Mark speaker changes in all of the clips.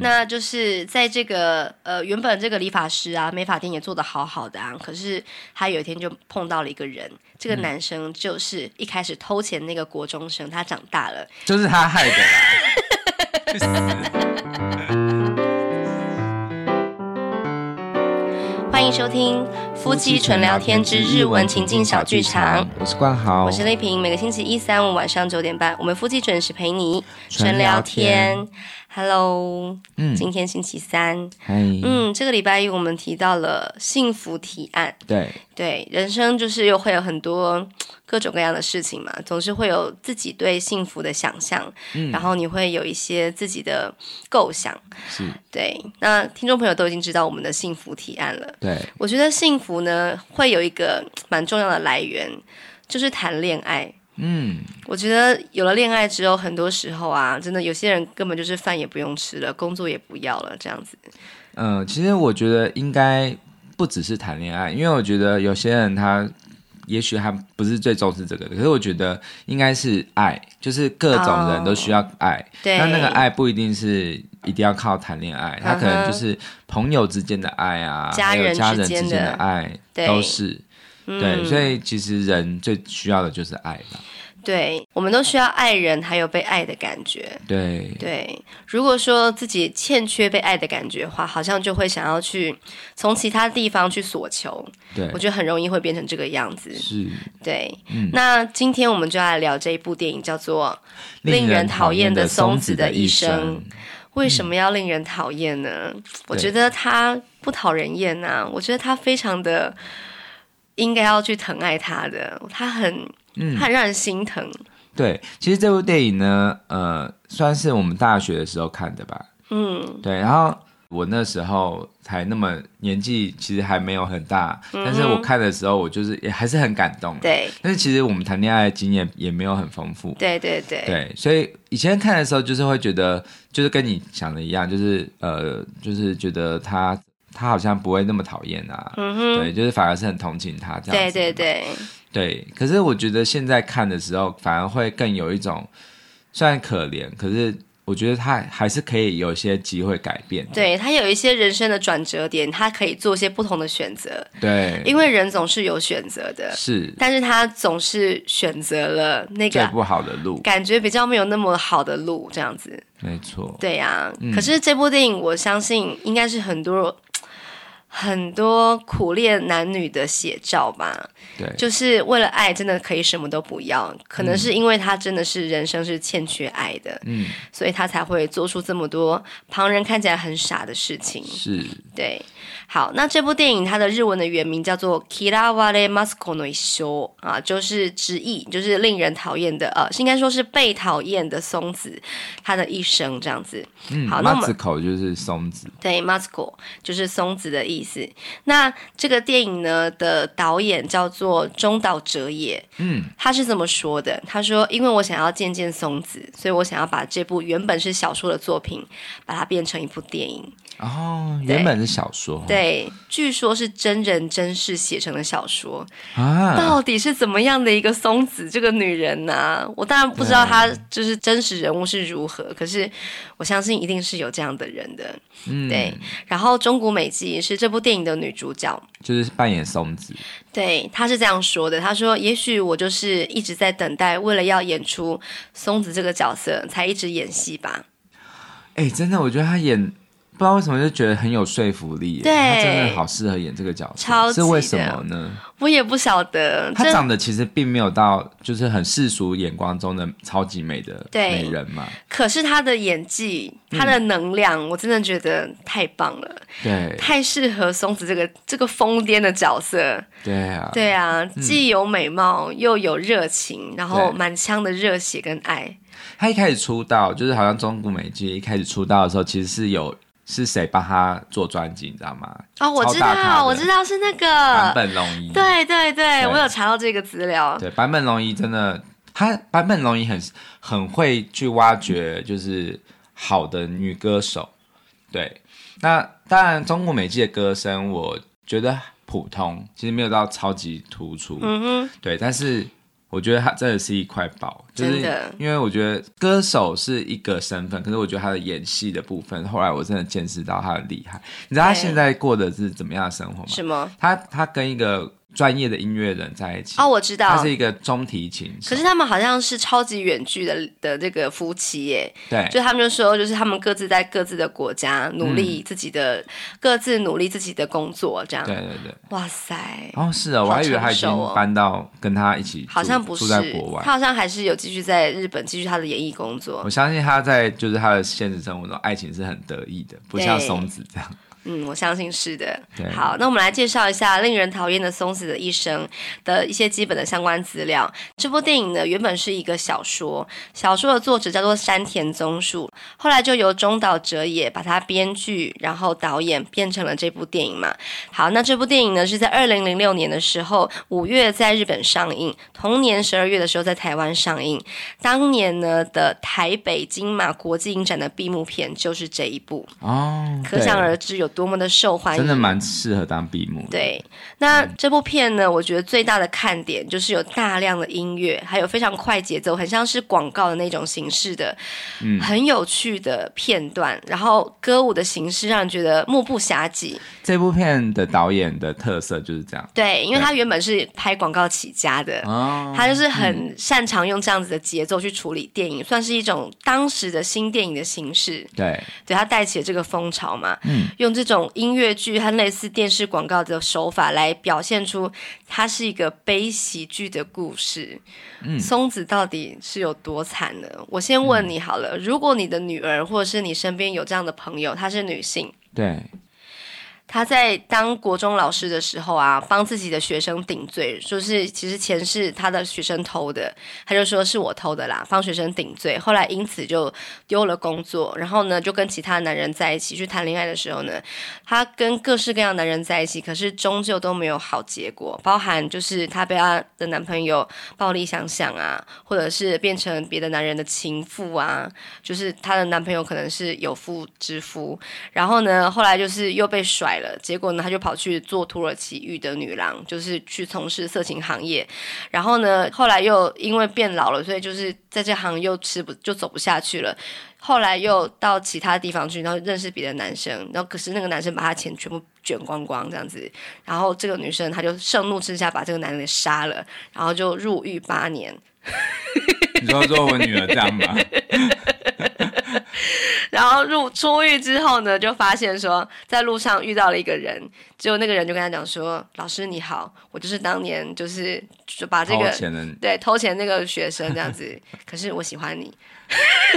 Speaker 1: 那就是在这个呃原本这个理发师啊美发店也做得好好的啊，可是他有一天就碰到了一个人，这个男生就是一开始偷钱那个国中生，他长大了，
Speaker 2: 就是他害的啦。去死！
Speaker 1: 欢迎收听夫妻纯聊天之日文情境小剧场。，
Speaker 2: 我是冠豪，
Speaker 1: 我是丽萍，每个星期一、三、五晚上九点半，我们夫妻准时陪你
Speaker 2: 纯聊天。
Speaker 1: Hello，
Speaker 2: 嗯，
Speaker 1: 今天星期三，
Speaker 2: 嗨，
Speaker 1: 嗯，这个礼拜一我们提到了幸福提案，
Speaker 2: 对，
Speaker 1: 对，人生就是又会有很多嘖各种各样的事情嘛，总是会有自己对幸福的想象，
Speaker 2: 嗯
Speaker 1: 然后你会有一些自己的构想，
Speaker 2: 是，
Speaker 1: 对。那听众朋友都已经知道我们的幸福提案了，
Speaker 2: 对，
Speaker 1: 我觉得幸福呢会有一个嘖蛮重要的来源，就是谈恋爱。
Speaker 2: 嗯，
Speaker 1: 我觉得有了恋爱之后，很多时候啊，真的有些人根本就是饭也不用吃了，工作也不要了，这样子。
Speaker 2: 嗯，其实我觉得应该不只是谈恋爱，因为我觉得有些人他也许他不是最重视这个的，可是我觉得应该是爱，就是各种人都需要爱。
Speaker 1: 对，嗯
Speaker 2: 那那个爱不一定是一定要靠谈恋爱，他可能就是朋友之间的爱啊，
Speaker 1: 家
Speaker 2: 还有
Speaker 1: 人
Speaker 2: 家
Speaker 1: 之
Speaker 2: 人之
Speaker 1: 间的
Speaker 2: 间的爱
Speaker 1: 对
Speaker 2: 都是。
Speaker 1: 嗯
Speaker 2: 对，所以其实人最需要的就是爱吧。
Speaker 1: 对，我们都需要爱人，还有被爱的感觉。
Speaker 2: 对，
Speaker 1: 对，如果说自己欠缺被爱的感觉的话，好像就会想要去从其他地方去索求，
Speaker 2: 对
Speaker 1: 我，觉得很容易会变成这个样子。
Speaker 2: 是
Speaker 1: 对，
Speaker 2: 嗯
Speaker 1: 那今天我们就来聊这一部电影，叫做令人讨厌的松子的一生。为什么要令人讨厌呢？
Speaker 2: 嗯
Speaker 1: 我觉得他不讨人厌呐、我觉得他非常的应该要去疼爱他的，他很
Speaker 2: 嗯
Speaker 1: 他很让人心疼。
Speaker 2: 对，其实这部电影呢，呃，算是我们大学的时候看的吧。
Speaker 1: 嗯，
Speaker 2: 对，然后我那时候才那么年纪，其实还没有很大，但是我看的时候，我就是也还是很感动。，
Speaker 1: 嗯对
Speaker 2: 但是其实我们谈恋爱的经验也没有很丰富。
Speaker 1: 对对对，
Speaker 2: 对，所以以前看的时候，就是会觉得，就是跟你想的一样，就是呃，就是觉得他他好像不会那么讨厌啊，
Speaker 1: 嗯哼，
Speaker 2: 对，就是反而是很同情他这样
Speaker 1: 对
Speaker 2: 子。
Speaker 1: 对对
Speaker 2: 对，可是我觉得现在看的时候，反而会更有一种虽然可怜，可是我觉得他还是可以有一些机会改变的。
Speaker 1: 对，他有一些人生的转折点，他可以做一些不同的选择，
Speaker 2: 对，
Speaker 1: 因为人总是有选择的，
Speaker 2: 是
Speaker 1: 但是他总是选择了那
Speaker 2: 最
Speaker 1: 个
Speaker 2: 不好的路，
Speaker 1: 感觉比较没有那么好的路，这样子。
Speaker 2: 没错。
Speaker 1: 对呀、
Speaker 2: 嗯
Speaker 1: 可是这部电影我相信应该是很多很多苦恋男女的写照吧，
Speaker 2: 对，
Speaker 1: 就是为了爱真的可以什么都不要，可能是因为他真的是人生是欠缺爱的，
Speaker 2: 嗯，
Speaker 1: 所以他才会做出这么多旁人看起来很傻的事情。
Speaker 2: 是
Speaker 1: 对，好，那这部电影它的日文的原名叫做《Kiraware Masko no i s h o 啊，就是直译就是令人讨厌的，呃，应该说是被讨厌的松子，他的一生这样子。
Speaker 2: 嗯，
Speaker 1: 好那我
Speaker 2: 马
Speaker 1: 们
Speaker 2: 子口就是松子，
Speaker 1: 对 m a s k o 就是松子的意思。那这个电影呢的导演叫做中岛哲也，
Speaker 2: 嗯，
Speaker 1: 他是这么说的：他说，因为我想要见见松子，所以我想要把这部原本是小说的作品，把它变成一部电影。
Speaker 2: 哦，
Speaker 1: 对
Speaker 2: 原本是小说，
Speaker 1: 对，据说是真人真事写成的小说。
Speaker 2: 啊，
Speaker 1: 到底是怎么样的一个松子这个女人呢、我当然不知道她
Speaker 2: 嗯
Speaker 1: 就是真实人物是如何，可是我相信一定是有这样的人的。
Speaker 2: 嗯，
Speaker 1: 对，然后中谷美纪是这部电影的女主角，
Speaker 2: 就是扮演松子，
Speaker 1: 对，她是这样说的：她说，也许我就是一直在等待，为了要演出松子这个角色，才一直演戏吧。
Speaker 2: 哎、真的，我觉得他演不知道为什么就觉得很有说服力耶，
Speaker 1: 对
Speaker 2: 他真的好适合演这个角色，
Speaker 1: 超级的
Speaker 2: 是为什么呢？
Speaker 1: 我也不晓得，
Speaker 2: 她
Speaker 1: 这
Speaker 2: 长得其实并没有到就是很世俗眼光中的超级美的
Speaker 1: 对
Speaker 2: 美 人嘛，
Speaker 1: 可是她的演技，
Speaker 2: 嗯
Speaker 1: 她的能量，我真的觉得太棒了，
Speaker 2: 对
Speaker 1: 太适合松子这个这个疯癫的角色。
Speaker 2: 对啊，
Speaker 1: 对啊，既有美貌，又有热情，然后
Speaker 2: 对
Speaker 1: 满腔的热血跟爱。
Speaker 2: 她一开始出道就是好像中谷美纪一开始出道的时候，其实是有是谁帮她做专辑，你知道吗？
Speaker 1: 哦，我知
Speaker 2: 超大咖
Speaker 1: 道，
Speaker 2: 的
Speaker 1: 我知道是那
Speaker 2: 坂
Speaker 1: 个，
Speaker 2: 本龙一，
Speaker 1: 呃对对对，我有查到这个资料。
Speaker 2: 对，坂本龙一真的，他坂本龙一很很会去挖掘，就是好的女歌手。对，那当然中国美纪的歌声，我觉得普通，其实没有到超级突出。
Speaker 1: 嗯哼，
Speaker 2: 对，但是我觉得它真的是一块宝，就是
Speaker 1: 真的
Speaker 2: 因为我觉得歌手是一个身份，可是我觉得他的演戏的部分，后来我真的见识到他的厉害。你知道他
Speaker 1: 对
Speaker 2: 现在过的是怎么样的生活吗？
Speaker 1: 什么？
Speaker 2: 他他跟一个专业的音乐人在一起，
Speaker 1: 哦，我知道
Speaker 2: 他。是一个中提琴手，
Speaker 1: 可是他们好像是超级远距的的这个夫妻耶，
Speaker 2: 对
Speaker 1: 就他们就说，就是他们各自在各自的国家努力自己的，各自努力自己的工作，这样。
Speaker 2: 对对对。
Speaker 1: 哇塞，
Speaker 2: 哦，是啊，
Speaker 1: 好
Speaker 2: 我还以为他已
Speaker 1: 成
Speaker 2: 经
Speaker 1: 熟哦
Speaker 2: 搬到跟他一起住，
Speaker 1: 好像不是
Speaker 2: 住在国，外
Speaker 1: 他。好像还是有继续在日本继续他的演艺工作
Speaker 2: 我。相信他在就是他的现实生活中，爱情是很得意的，不像松子这样。
Speaker 1: 嗯，我相信是的
Speaker 2: 对。
Speaker 1: 好，那我们来介绍一下《令人讨厌的松子的一生》的一些基本的相关资料。这部电影呢，原本是一个小说，小说的作者叫做山田宗树，后来就由中岛哲也把它编剧，然后导演，变成了这部电影嘛。好，那这部电影呢是在二零零六年的时候五月在日本上映，同年十二月的时候在台湾上映。当年呢的台北金马国际影展的闭幕片就是这一部。
Speaker 2: 哦，
Speaker 1: 可想而知有多么的受欢
Speaker 2: 对
Speaker 1: 迎。
Speaker 2: 真的蛮嗯适合当闭幕。，
Speaker 1: 对。那这部片呢，我觉得最大的看点就是有大量的音乐，还有非常快节奏，很像是广告的那种形式的，
Speaker 2: 嗯
Speaker 1: 很有趣的片段。然后歌舞的形式让人觉得目不暇接。
Speaker 2: 这部片的导演的特色就是这样。
Speaker 1: 对，因为他原本是拍广告起家的。
Speaker 2: 哦，
Speaker 1: 他就是很擅长用这样子的节奏去处理电影，算是一种当时的新电影的形式。
Speaker 2: 对，
Speaker 1: 对他带起了这个风潮嘛，
Speaker 2: 嗯
Speaker 1: 用这种音乐剧和类似电视广告的手法来表现出它是一个悲喜剧的故事。
Speaker 2: 嗯
Speaker 1: 松子到底是有多惨呢？我先问你好了，如果你的女儿或者是你身边有这样的朋友，她是女性。
Speaker 2: 对，
Speaker 1: 她在当国中老师的时候啊，帮自己的学生顶罪，就是其实钱是她的学生偷的，她就说是我偷的啦，帮学生顶罪。后来因此就丢了工作，然后呢就跟其他男人在一起去谈恋爱的时候呢，她跟各式各样的男人在一起，可是终究都没有好结果，包含就是她被她的男朋友暴力相向啊，或者是变成别的男人的情妇啊，就是她的男朋友可能是有妇之夫，然后呢后来就是又被甩了，结果呢她就跑去做土耳其浴的女郎，就是去从事色情行业，然后呢，后来又因为变老了，所以就是在这行又吃不就走不下去了。后来又到其他地方去，然后认识别的男生，然后可是那个男生把他钱全部卷光光这样子，然后这个女生她就盛怒之下把这个男人给杀了，然后就入狱八年。
Speaker 2: 你说说我女儿这 样吧，
Speaker 1: 然后入出狱之后呢，就发现说在路上遇到了一个人，结果那个人就跟他讲说：“老师你好，我就是当年就是就把这
Speaker 2: 掏
Speaker 1: 个
Speaker 2: 钱人，
Speaker 1: 对偷钱那个学生这样子，可是我喜欢你。”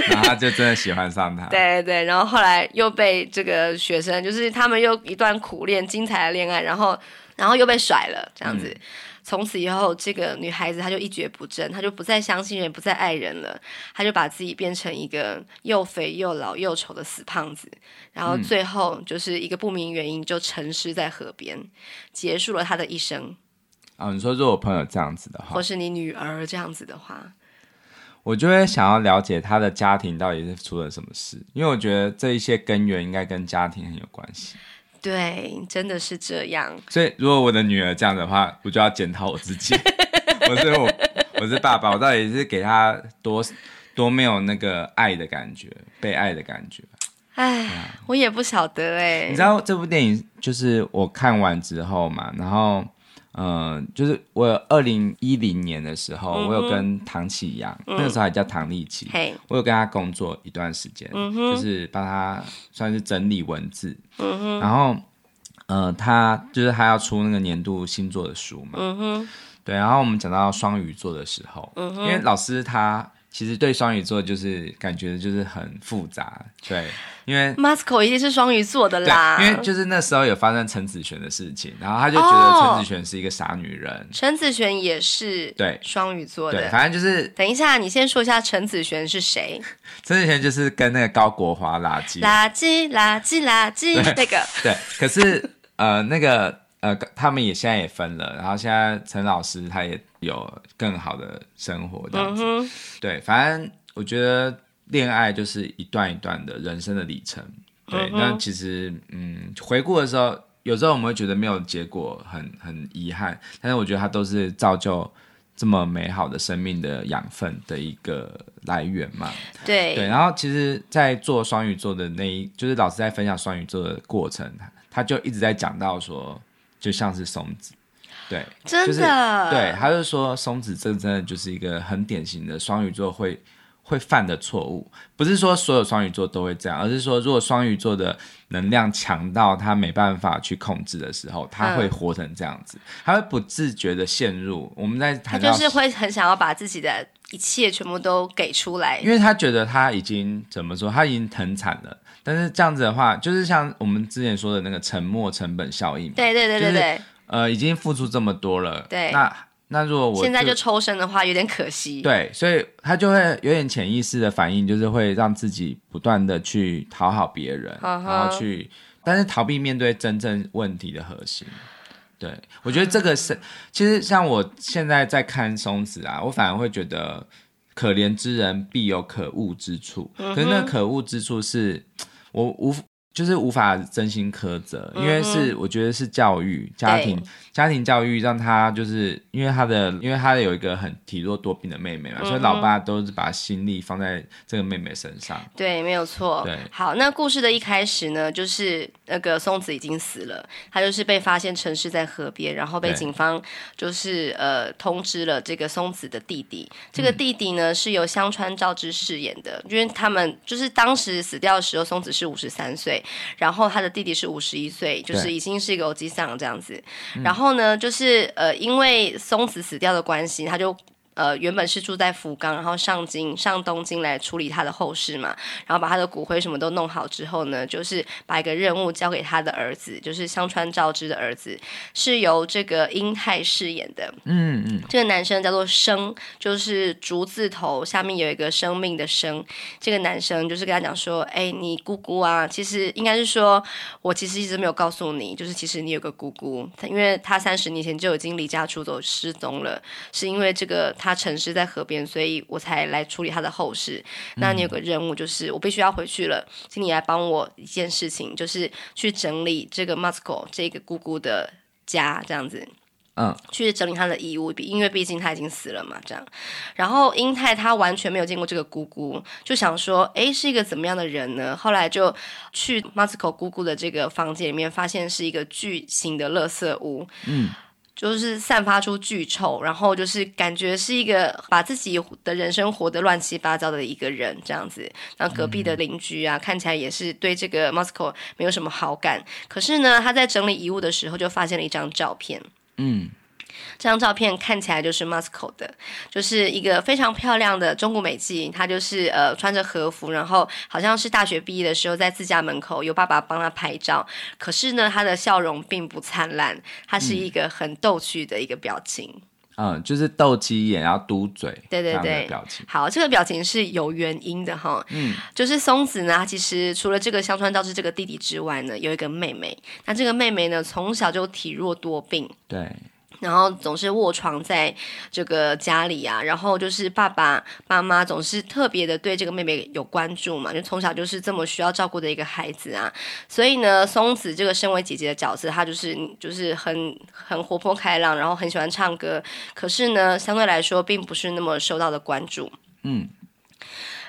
Speaker 2: 然后他就真的喜欢上他。
Speaker 1: 对对，然后后来又被这个学生，就是他们又一段苦恋、精彩的恋爱，然后然后又被甩了，这样子。
Speaker 2: 嗯
Speaker 1: 从此以后，这个女孩子她就一蹶不振，她就不再相信人，不再爱人了，她就把自己变成一个又肥又老又丑的死胖子，
Speaker 2: 嗯
Speaker 1: 然后最后就是一个不明原因就沉尸在河边，结束了她的一生。
Speaker 2: 啊，你说如果我朋友这样子的话
Speaker 1: 或，是你女儿这样子的话，
Speaker 2: 我就会想要了解他的家庭到底是出了什么事，因为我觉得这一些根源应该跟家庭很有关系。
Speaker 1: 对，真的是这样。
Speaker 2: 所以，如果我的女儿这样的话，我就要检讨我自己。 我是我，我是爸爸，我到底是给她多多没有那个爱的感觉，被爱的感觉。
Speaker 1: 唉，我也不晓得哎、
Speaker 2: 你知道这部电影就是我看完之后嘛，然后嗯、呃就是我二零一零年的时候，我有跟唐启阳，那个时候还叫唐立奇，
Speaker 1: 嘿，
Speaker 2: 我有跟他工作一段时间，就是帮他算是整理文字，然后呃，他就是他要出那个年度星座的书嘛，
Speaker 1: 嗯哼，
Speaker 2: 对，然后我们讲到双鱼座的时候，因为老师他其实对双鱼座就是感觉就是很复杂，对，因为
Speaker 1: Masco 一定是双鱼座的
Speaker 2: 对
Speaker 1: 啦，，
Speaker 2: 因为就是那时候有发生陈子璇的事情，然后他就觉得陈子璇是一个傻女人，
Speaker 1: 陈子璇也是
Speaker 2: 对
Speaker 1: 双鱼座
Speaker 2: 对，
Speaker 1: 的。
Speaker 2: 反正就是
Speaker 1: 等一下，你先说一下陈子璇是谁？
Speaker 2: 陈子璇就是跟那个高国华垃圾，
Speaker 1: 垃圾，垃圾，垃圾，那 个
Speaker 2: 对，可是呃，那个呃，他们也现在也分了，然后现在陈老师他也有更好的生活这样
Speaker 1: 嗯
Speaker 2: 子。对，反正我觉得恋爱就是一段一段的人生的里程。对，那其实嗯，回顾的时候，有时候我们会觉得没有结果很很遗憾，但是我觉得它都是造就这么美好的生命的养分的一个来源嘛。
Speaker 1: 对
Speaker 2: 对，然后其实，在做双鱼座的那一，就是老师在分享双鱼座的过程，他他就一直在讲到说，就像是松子，对，
Speaker 1: 真的，
Speaker 2: 就是、
Speaker 1: 呃
Speaker 2: 对，他就说松子这真的就是一个很典型的双鱼座会会犯的错误，不是说所有双鱼座都会这样，而是说如果双鱼座的能量强到他没办法去控制的时候，
Speaker 1: 嗯
Speaker 2: 他会活成这样子，他会不自觉的陷入我们在
Speaker 1: 他
Speaker 2: 谈到
Speaker 1: 就是会很想要把自己的一切全部都给出来
Speaker 2: 因。为他觉得他已经怎么说，他已经很惨了。但是这样子的话，就是像我们之前说的那个沉没成本效应嘛，
Speaker 1: 对对对对对，
Speaker 2: 呃，已经付出这么多了，
Speaker 1: 对
Speaker 2: 那那如果我
Speaker 1: 现在就抽身的话有点可惜。
Speaker 2: 对，所以他就会有点潜意识的反应，就是会让自己不断的去讨好别人，
Speaker 1: 嗯哼
Speaker 2: 然后去，但是逃避面对真正问题的核心。对，我觉得这个是，其实像我现在在看松子啊，我反而会觉得可怜之人必有可恶之处，
Speaker 1: 嗯
Speaker 2: 可是那个可恶之处是我无就是无法真心苛责，因
Speaker 1: 嗯
Speaker 2: 为是我觉得是教育家庭家庭教育让他就是因为他的因为他有一个很体弱多病的妹妹嘛，所以
Speaker 1: 嗯
Speaker 2: 老爸都是把心力放在这个妹妹身上。
Speaker 1: 对，没有错
Speaker 2: 对。
Speaker 1: 好，那故事的一开始呢，就是那个松子已经死了，他就是被发现沉尸在河边，然后被
Speaker 2: 对
Speaker 1: 警方就是呃通知了这个松子的弟弟。
Speaker 2: 嗯
Speaker 1: 这个弟弟呢、是由香川照之饰演的，因为他们就是当时死掉的时候，松子是五十三岁，然后他的弟弟是五十一岁，就是
Speaker 2: 对嗯
Speaker 1: 已经是一个欧吉桑这样子。然后呢，就是呃因为松子死掉的关系，他就呃，原本是住在福冈，然后上京上东京来处理他的后事嘛，然后把他的骨灰什么都弄好之后呢，就是把一个任务交给他的儿子，就是香川照之的儿子，是由这个英泰饰演的。
Speaker 2: 嗯嗯，
Speaker 1: 这个男生叫做生，就是竹字头下面有一个生命的生。这个男生就是跟他讲说：“哎，你姑姑啊，其实应该是说，我其实一直没有告诉你，就是其实你有个姑姑，她因为她三十年前就已经离家出走失踪了，是因为这个她沉尸在河边，所以我才来处理她的后事。那你有个任务，就是我必须要回去了，请你来帮我一件事情，就是去整理这个 Moscow 这个姑姑的家，这样子。”
Speaker 2: 嗯
Speaker 1: 去整理他的遗物，因为毕竟他已经死了嘛，这样。然后英泰他完全没有见过这个姑姑，就想说，诶，是一个怎么样的人呢？后来就去 m a s c o 姑姑的这个房间里面，发现是一个巨型的垃圾屋，嗯，就是散发出巨臭，然后就是感觉是一个把自己的人生活得乱七八糟的一个人这样子。然后隔壁的邻居啊，看起来也是对这个 m a s c o 没有什么好感，可是呢，他在整理遗物的时候就发现了一张照片。
Speaker 2: 嗯，
Speaker 1: 这张照片看起来就是 Moscow 的，就是一个非常漂亮的中古美纪，她就是呃穿着和服，然后好像是大学毕业的时候在自家门口有爸爸帮她拍照，可是呢她的笑容并不灿烂，她是一个很逗趣的一个表情。
Speaker 2: 嗯，就是斗鸡眼，然后嘟嘴，
Speaker 1: 对对
Speaker 2: 这样的
Speaker 1: 对
Speaker 2: 表情，
Speaker 1: 好，这个表情是有原因的哈。嗯，就是松子呢，她其实除了这个香川照之这个弟弟之外呢，有一个妹妹。那这个妹妹呢，从小就体弱多病，
Speaker 2: 对，
Speaker 1: 然后总是卧床在这个家里啊，然后就是爸爸妈妈总是特别的对这个妹妹有关注嘛，就从小就是这么需要照顾的一个孩子啊，所以呢，松子这个身为姐姐的角色，她就是就是很很活泼开朗，然后很喜欢唱歌，可是呢，相对来说并不是那么受到的关注，
Speaker 2: 嗯。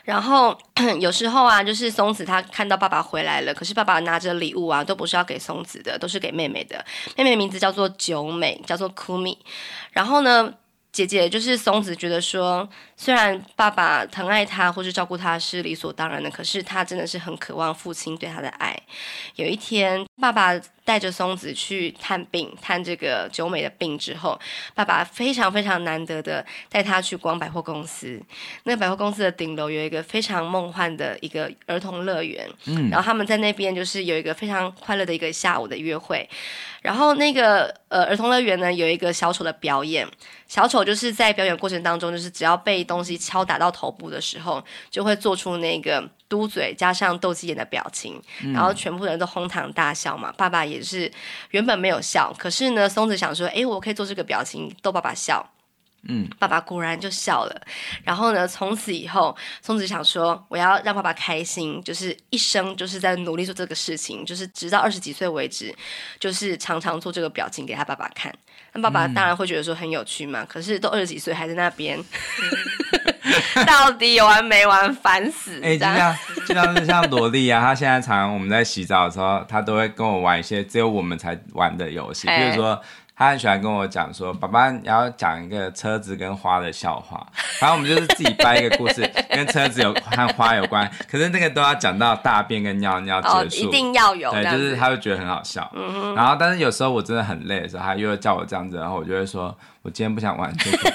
Speaker 1: 然后 有时候啊，就是松子她看到爸爸回来了，可是爸爸拿着礼物啊，都不是要给松子的，都是给妹妹的。妹妹名字叫做九美，叫做 Kumi。然后呢，姐姐就是松子，觉得说，虽然爸爸疼爱她或是照顾她是理所当然的，可是她真的是很渴望父亲对她的爱。有一天，爸爸带着松子去探病，探这个九美的病之后，爸爸非常非常难得的带她去逛百货公司。那个百货公司的顶楼有一个非常梦幻的一个儿童乐园，嗯，然后他们在那边就是有一个非常快乐的一个下午的约会。然后那个呃儿童乐园呢有一个小丑的表演，小丑就是在表演过程当中，就是只要被东西敲打到头部的时候，就会做出那个嘟嘴加上斗鸡眼的表情，然
Speaker 2: 嗯
Speaker 1: 后全部人都哄堂大笑嘛。爸爸也是原本没有笑，可是呢松子想说，诶，我可以做这个表情逗爸爸笑。
Speaker 2: 嗯，
Speaker 1: 爸爸果然就笑了。然后呢，从此以后，松子想说，我要让爸爸开心，就是一生就是在努力做这个事情，就是直到二十几岁为止，就是常常做这个表情给他爸爸看。那爸爸当
Speaker 2: 嗯
Speaker 1: 然会觉得说很有趣嘛，可是都二十几岁还在那边， 到底有完没完，烦死！
Speaker 2: 哎、
Speaker 1: 这
Speaker 2: 就
Speaker 1: 样
Speaker 2: 像就像是像萝莉啊，她现在常我们在洗澡的时候，她都会跟我玩一些只有我们才玩的游戏，
Speaker 1: 哎
Speaker 2: 比如说。她很喜欢跟我讲说，爸爸你要讲一个车子跟花的笑话，反正我们就是自己掰一个故事，跟车子有和花有关，可是那个都要讲到大便跟尿尿
Speaker 1: 哦，
Speaker 2: 结束，
Speaker 1: 一定要有，这
Speaker 2: 对，
Speaker 1: 样
Speaker 2: 就
Speaker 1: 子嗯
Speaker 2: 是他会觉得很好笑。然后，但是有时候我真的很累的时候，他又会叫我这样子，然后我就会说，我今天不想玩这 个。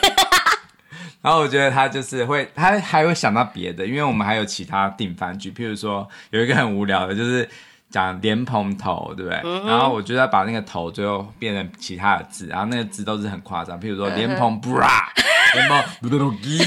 Speaker 2: 然后我觉得他就是会，他还会想到别的，因为我们还有其他定番剧，譬如说有一个很无聊的，就是讲莲蓬头，对不对？
Speaker 1: 嗯
Speaker 2: 然后我就要把那个头最后变成其他的字，然后那个字都是很夸张，譬如说
Speaker 1: 嗯
Speaker 2: 莲蓬 bra，莲蓬 b l u g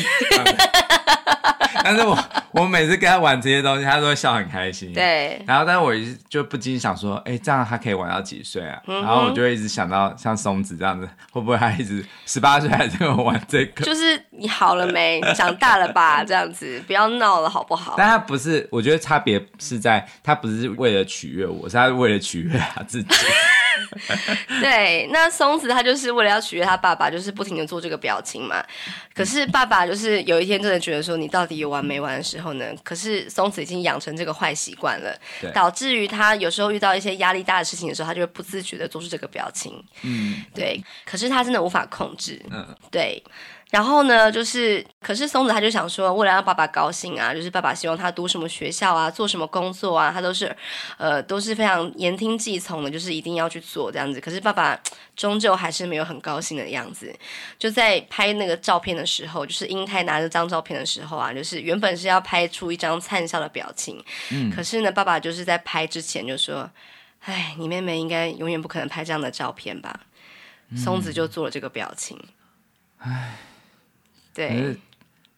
Speaker 2: 但是我我每次跟他玩这些东西，他都会笑很开心。
Speaker 1: 对，
Speaker 2: 然后，但我一直就不禁想说，哎、这样他可以玩到几岁啊？
Speaker 1: 嗯
Speaker 2: 然后我就会一直想到像松子这样子，会不会他一直十八岁还在跟我玩这个？
Speaker 1: 就是你好了没？长大了吧？这样子，不要闹了好不好？
Speaker 2: 但他不是，我觉得差别是在他不是为了取悦我，是他为了取悦他自己。
Speaker 1: 对，那松子他就是为了要取悦他爸爸，就是不停的做这个表情嘛。可是爸爸就是有一天真的觉得说你到底有完没完的时候呢？可是松子已经养成这个坏习惯了
Speaker 2: 对，
Speaker 1: 导致于他有时候遇到一些压力大的事情的时候，他就会不自觉的做出这个表情。
Speaker 2: 嗯
Speaker 1: 对，可是他真的无法控制。
Speaker 2: 嗯，
Speaker 1: 对。然后呢，就是，可是松子他就想说，为了让爸爸高兴啊，就是爸爸希望他读什么学校啊，做什么工作啊，他都是，呃，都是非常言听计从的，就是一定要去做这样子。可是爸爸终究还是没有很高兴的样子。就在拍那个照片的时候，就是英泰拿着张照片的时候啊，就是原本是要拍出一张灿笑的表情，可是呢，爸爸就是在拍之前就说：“哎，你妹妹应该永远不可能拍这样的照片吧？”松子就做了这个表情。
Speaker 2: 可
Speaker 1: 对，
Speaker 2: 是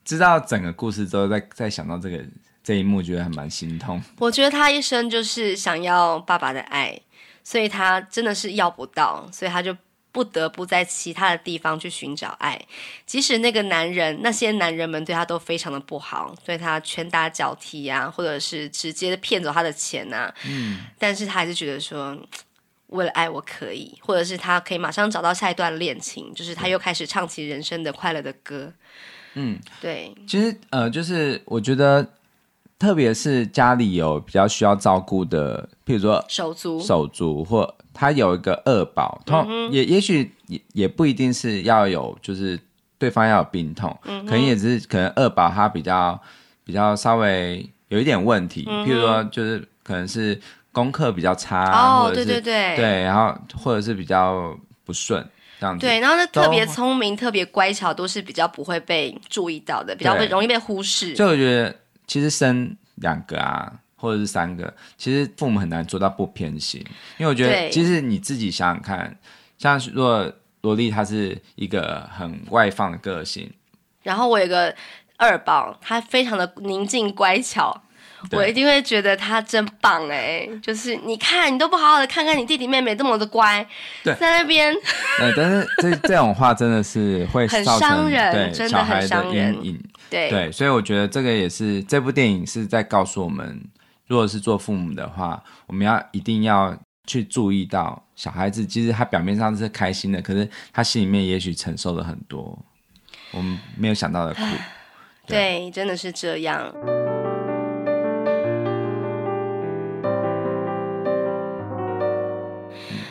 Speaker 2: 知道整个故事之后，再再想到这个这一幕，觉得还蛮心痛。
Speaker 1: 我觉得他一生就是想要爸爸的爱，所以他真的是要不到，所以他就不得不在其他的地方去寻找爱。即使那个男人、那些男人们对他都非常的不好，对他拳打脚踢啊，或者是直接骗走他的钱啊，嗯，但是他还是觉得说。嘖为了爱我可以，或者是他可以马上找到下一段恋情，就是他又开始唱起人生的快乐的歌。
Speaker 2: 嗯，
Speaker 1: 对，
Speaker 2: 其实呃，就是我觉得，特别是家里有比较需要照顾的，譬如说
Speaker 1: 手足，
Speaker 2: 手足或他有一个二宝，
Speaker 1: 嗯
Speaker 2: 通、也也许也也不一定是要有，就是对方要有病痛，
Speaker 1: 嗯
Speaker 2: 可能也只是可能二宝他比较比较稍微有一点问题，
Speaker 1: 嗯
Speaker 2: 譬如说就是可能是功课比较差啊，
Speaker 1: 哦，
Speaker 2: 或者
Speaker 1: 对对
Speaker 2: 是
Speaker 1: 对，
Speaker 2: 对然后或者是比较不顺这样子，
Speaker 1: 对，然后呢，
Speaker 2: 都
Speaker 1: 特别聪明、特别乖巧，都是比较不会被注意到的，比较
Speaker 2: 对
Speaker 1: 被容易被忽视。
Speaker 2: 所以我觉得其实生两个啊，或者是三个，其实父母很难做到不偏心，因为我觉
Speaker 1: 对
Speaker 2: 得其实你自己想想看，像是如果萝莉她是一个很外放的个性，
Speaker 1: 然后我有个二宝，他非常的宁静乖巧。
Speaker 2: 对
Speaker 1: 我一定会觉得他真棒哎、就是你看，你都不好好的看看你弟弟妹妹这么的乖，
Speaker 2: 对
Speaker 1: 在那边
Speaker 2: 呃，但是这 这种话真的是会
Speaker 1: 很
Speaker 2: 造成
Speaker 1: 伤人
Speaker 2: 对
Speaker 1: 真的
Speaker 2: 小孩
Speaker 1: 很伤人
Speaker 2: 阴影，
Speaker 1: 对
Speaker 2: 对，所以我觉得这个也是这部电影是在告诉我们，如果是做父母的话，我们要一定要去注意到小孩子，其实他表面上是开心的，可是他心里面也许承受了很多我们没有想到的苦。
Speaker 1: 对，真的是这样。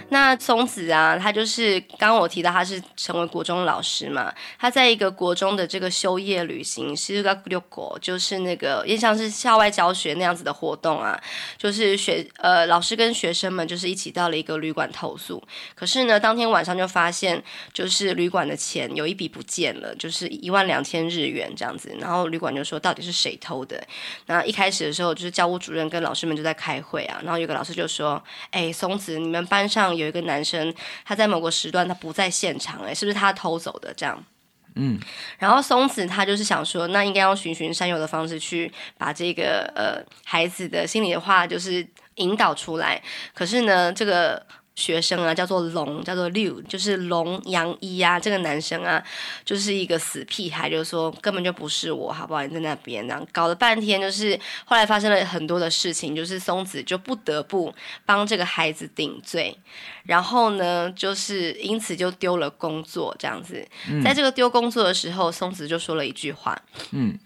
Speaker 1: 那松子啊，他就是刚刚我提到他是成为国中老师嘛，他在一个国中的这个休业旅行，是个六国，就是那个也像是校外教学那样子的活动啊，就是学呃老师跟学生们就是一起到了一个旅馆投诉，可是呢，当天晚上就发现就是旅馆的钱有一笔不见了，就是一万两千日元这样子。然后旅馆就说到底是谁偷的？那一开始的时候，就是教务主任跟老师们就在开会啊。然后有个老师就说：“哎，松子，你们班上有一个男生，他在某个时段他不在现场、哎，是不是他偷走的？”这样。
Speaker 2: 嗯，
Speaker 1: 然后松子他就是想说，那应该用循循善诱的方式去把这个呃孩子的心里的话就是引导出来。可是呢，这个学生啊，叫做龙，叫做六，就是龙杨一啊，这个男生啊，就是一个死屁孩，就是说根本就不是我，好不好？你在那边然后搞了半天，就是后来发生了很多的事情，就是松子就不得不帮这个孩子顶罪，然后呢，就是因此就丢了工作这样子。在这个丢工作的时候，松子就说了一句话，
Speaker 2: 嗯，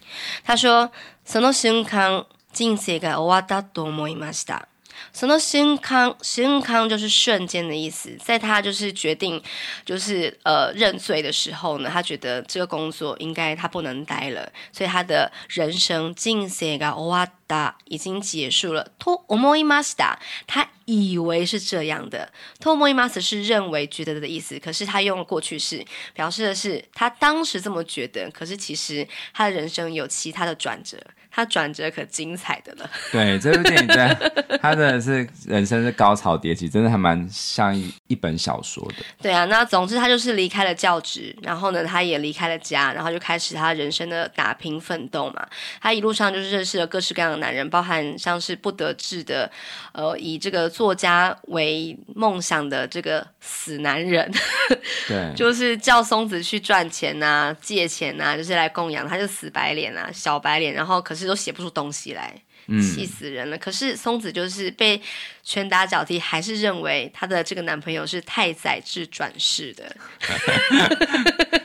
Speaker 1: 他说：“その瞬間、人生が終わったと思いました。”その瞬間、瞬間就是瞬间的意思。在他就是决定，就是呃认罪的时候呢，他觉得这个工作应该他不能待了，所以他的人生人生が終わった哦已经结束了。と思いました，他以为是这样的。と思います是认为、觉得的意思，可是他用了过去式，表示的是他当时这么觉得，可是其实他的人生有其他的转折，他转折可精彩的了。
Speaker 2: 对，这部电影真的，它真的是人生是高潮迭起，真的还蛮像一一本小说的。
Speaker 1: 对啊，那总之他就是离开了教职，然后呢，他也离开了家，然后就开始他人生的打拼奋斗嘛。他一路上就是认识了各式各样的男人，包含像是不得志的，呃，以这个作家为梦想的这个死男人，
Speaker 2: 对，
Speaker 1: 就是叫松子去赚钱呐、借钱呐、就是来供养他，就死白脸啊、小白脸，然后可是都写不出东西来。
Speaker 2: 嗯
Speaker 1: 气死人了！可是松子就是被拳打脚踢，还是认为她的这个男朋友是太宰治转世的。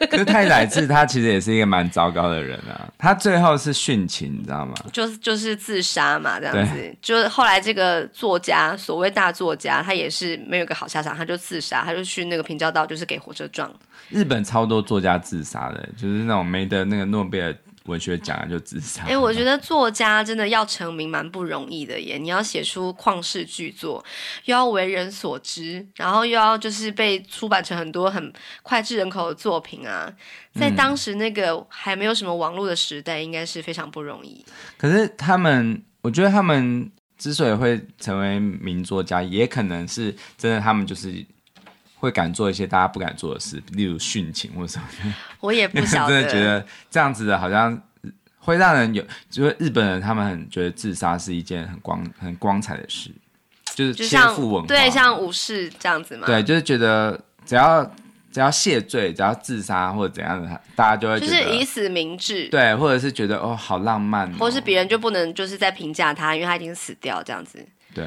Speaker 2: 可是太宰治他其实也是一个蛮糟糕的人啊，他最后是殉情，你知道吗？
Speaker 1: 就是就是自杀嘛，这样子。就是后来这个作家，所谓大作家，他也是没有个好下场，他就自杀，他就去那个平交道，就是给火车撞。
Speaker 2: 日本超多作家自杀的，就是那种没得那个诺贝尔文学奖啊就自杀。
Speaker 1: 哎、我觉得作家真的要成名蛮不容易的耶！你要写出旷世巨作，又要为人所知，然后又要就是被出版成很多很脍炙人口的作品啊，在
Speaker 2: 嗯
Speaker 1: 当时那个还没有什么网络的时代，应该是非常不容易。
Speaker 2: 可是他们，我觉得他们之所以会成为名作家，也可能是真的，他们就是会敢做一些大家不敢做的事，例如殉情或什么。
Speaker 1: 我也不
Speaker 2: 因为
Speaker 1: 晓
Speaker 2: 真
Speaker 1: 得，
Speaker 2: 的觉得这样子的，好像会让人有，就是日本人他们很觉得自杀是一件很光很光彩的事，就是
Speaker 1: 就
Speaker 2: 天
Speaker 1: 像
Speaker 2: 赋文化，
Speaker 1: 对像武士这样子嘛，
Speaker 2: 对，就是觉得只要只要谢罪，只要自杀或者怎样的，大家就会
Speaker 1: 就
Speaker 2: 觉
Speaker 1: 是以
Speaker 2: 得。
Speaker 1: 死明志。
Speaker 2: 对，或者是觉得哦，好浪漫、哦，
Speaker 1: 或是别人就不能就是在评价他，因为他已经死掉这样子。
Speaker 2: 对，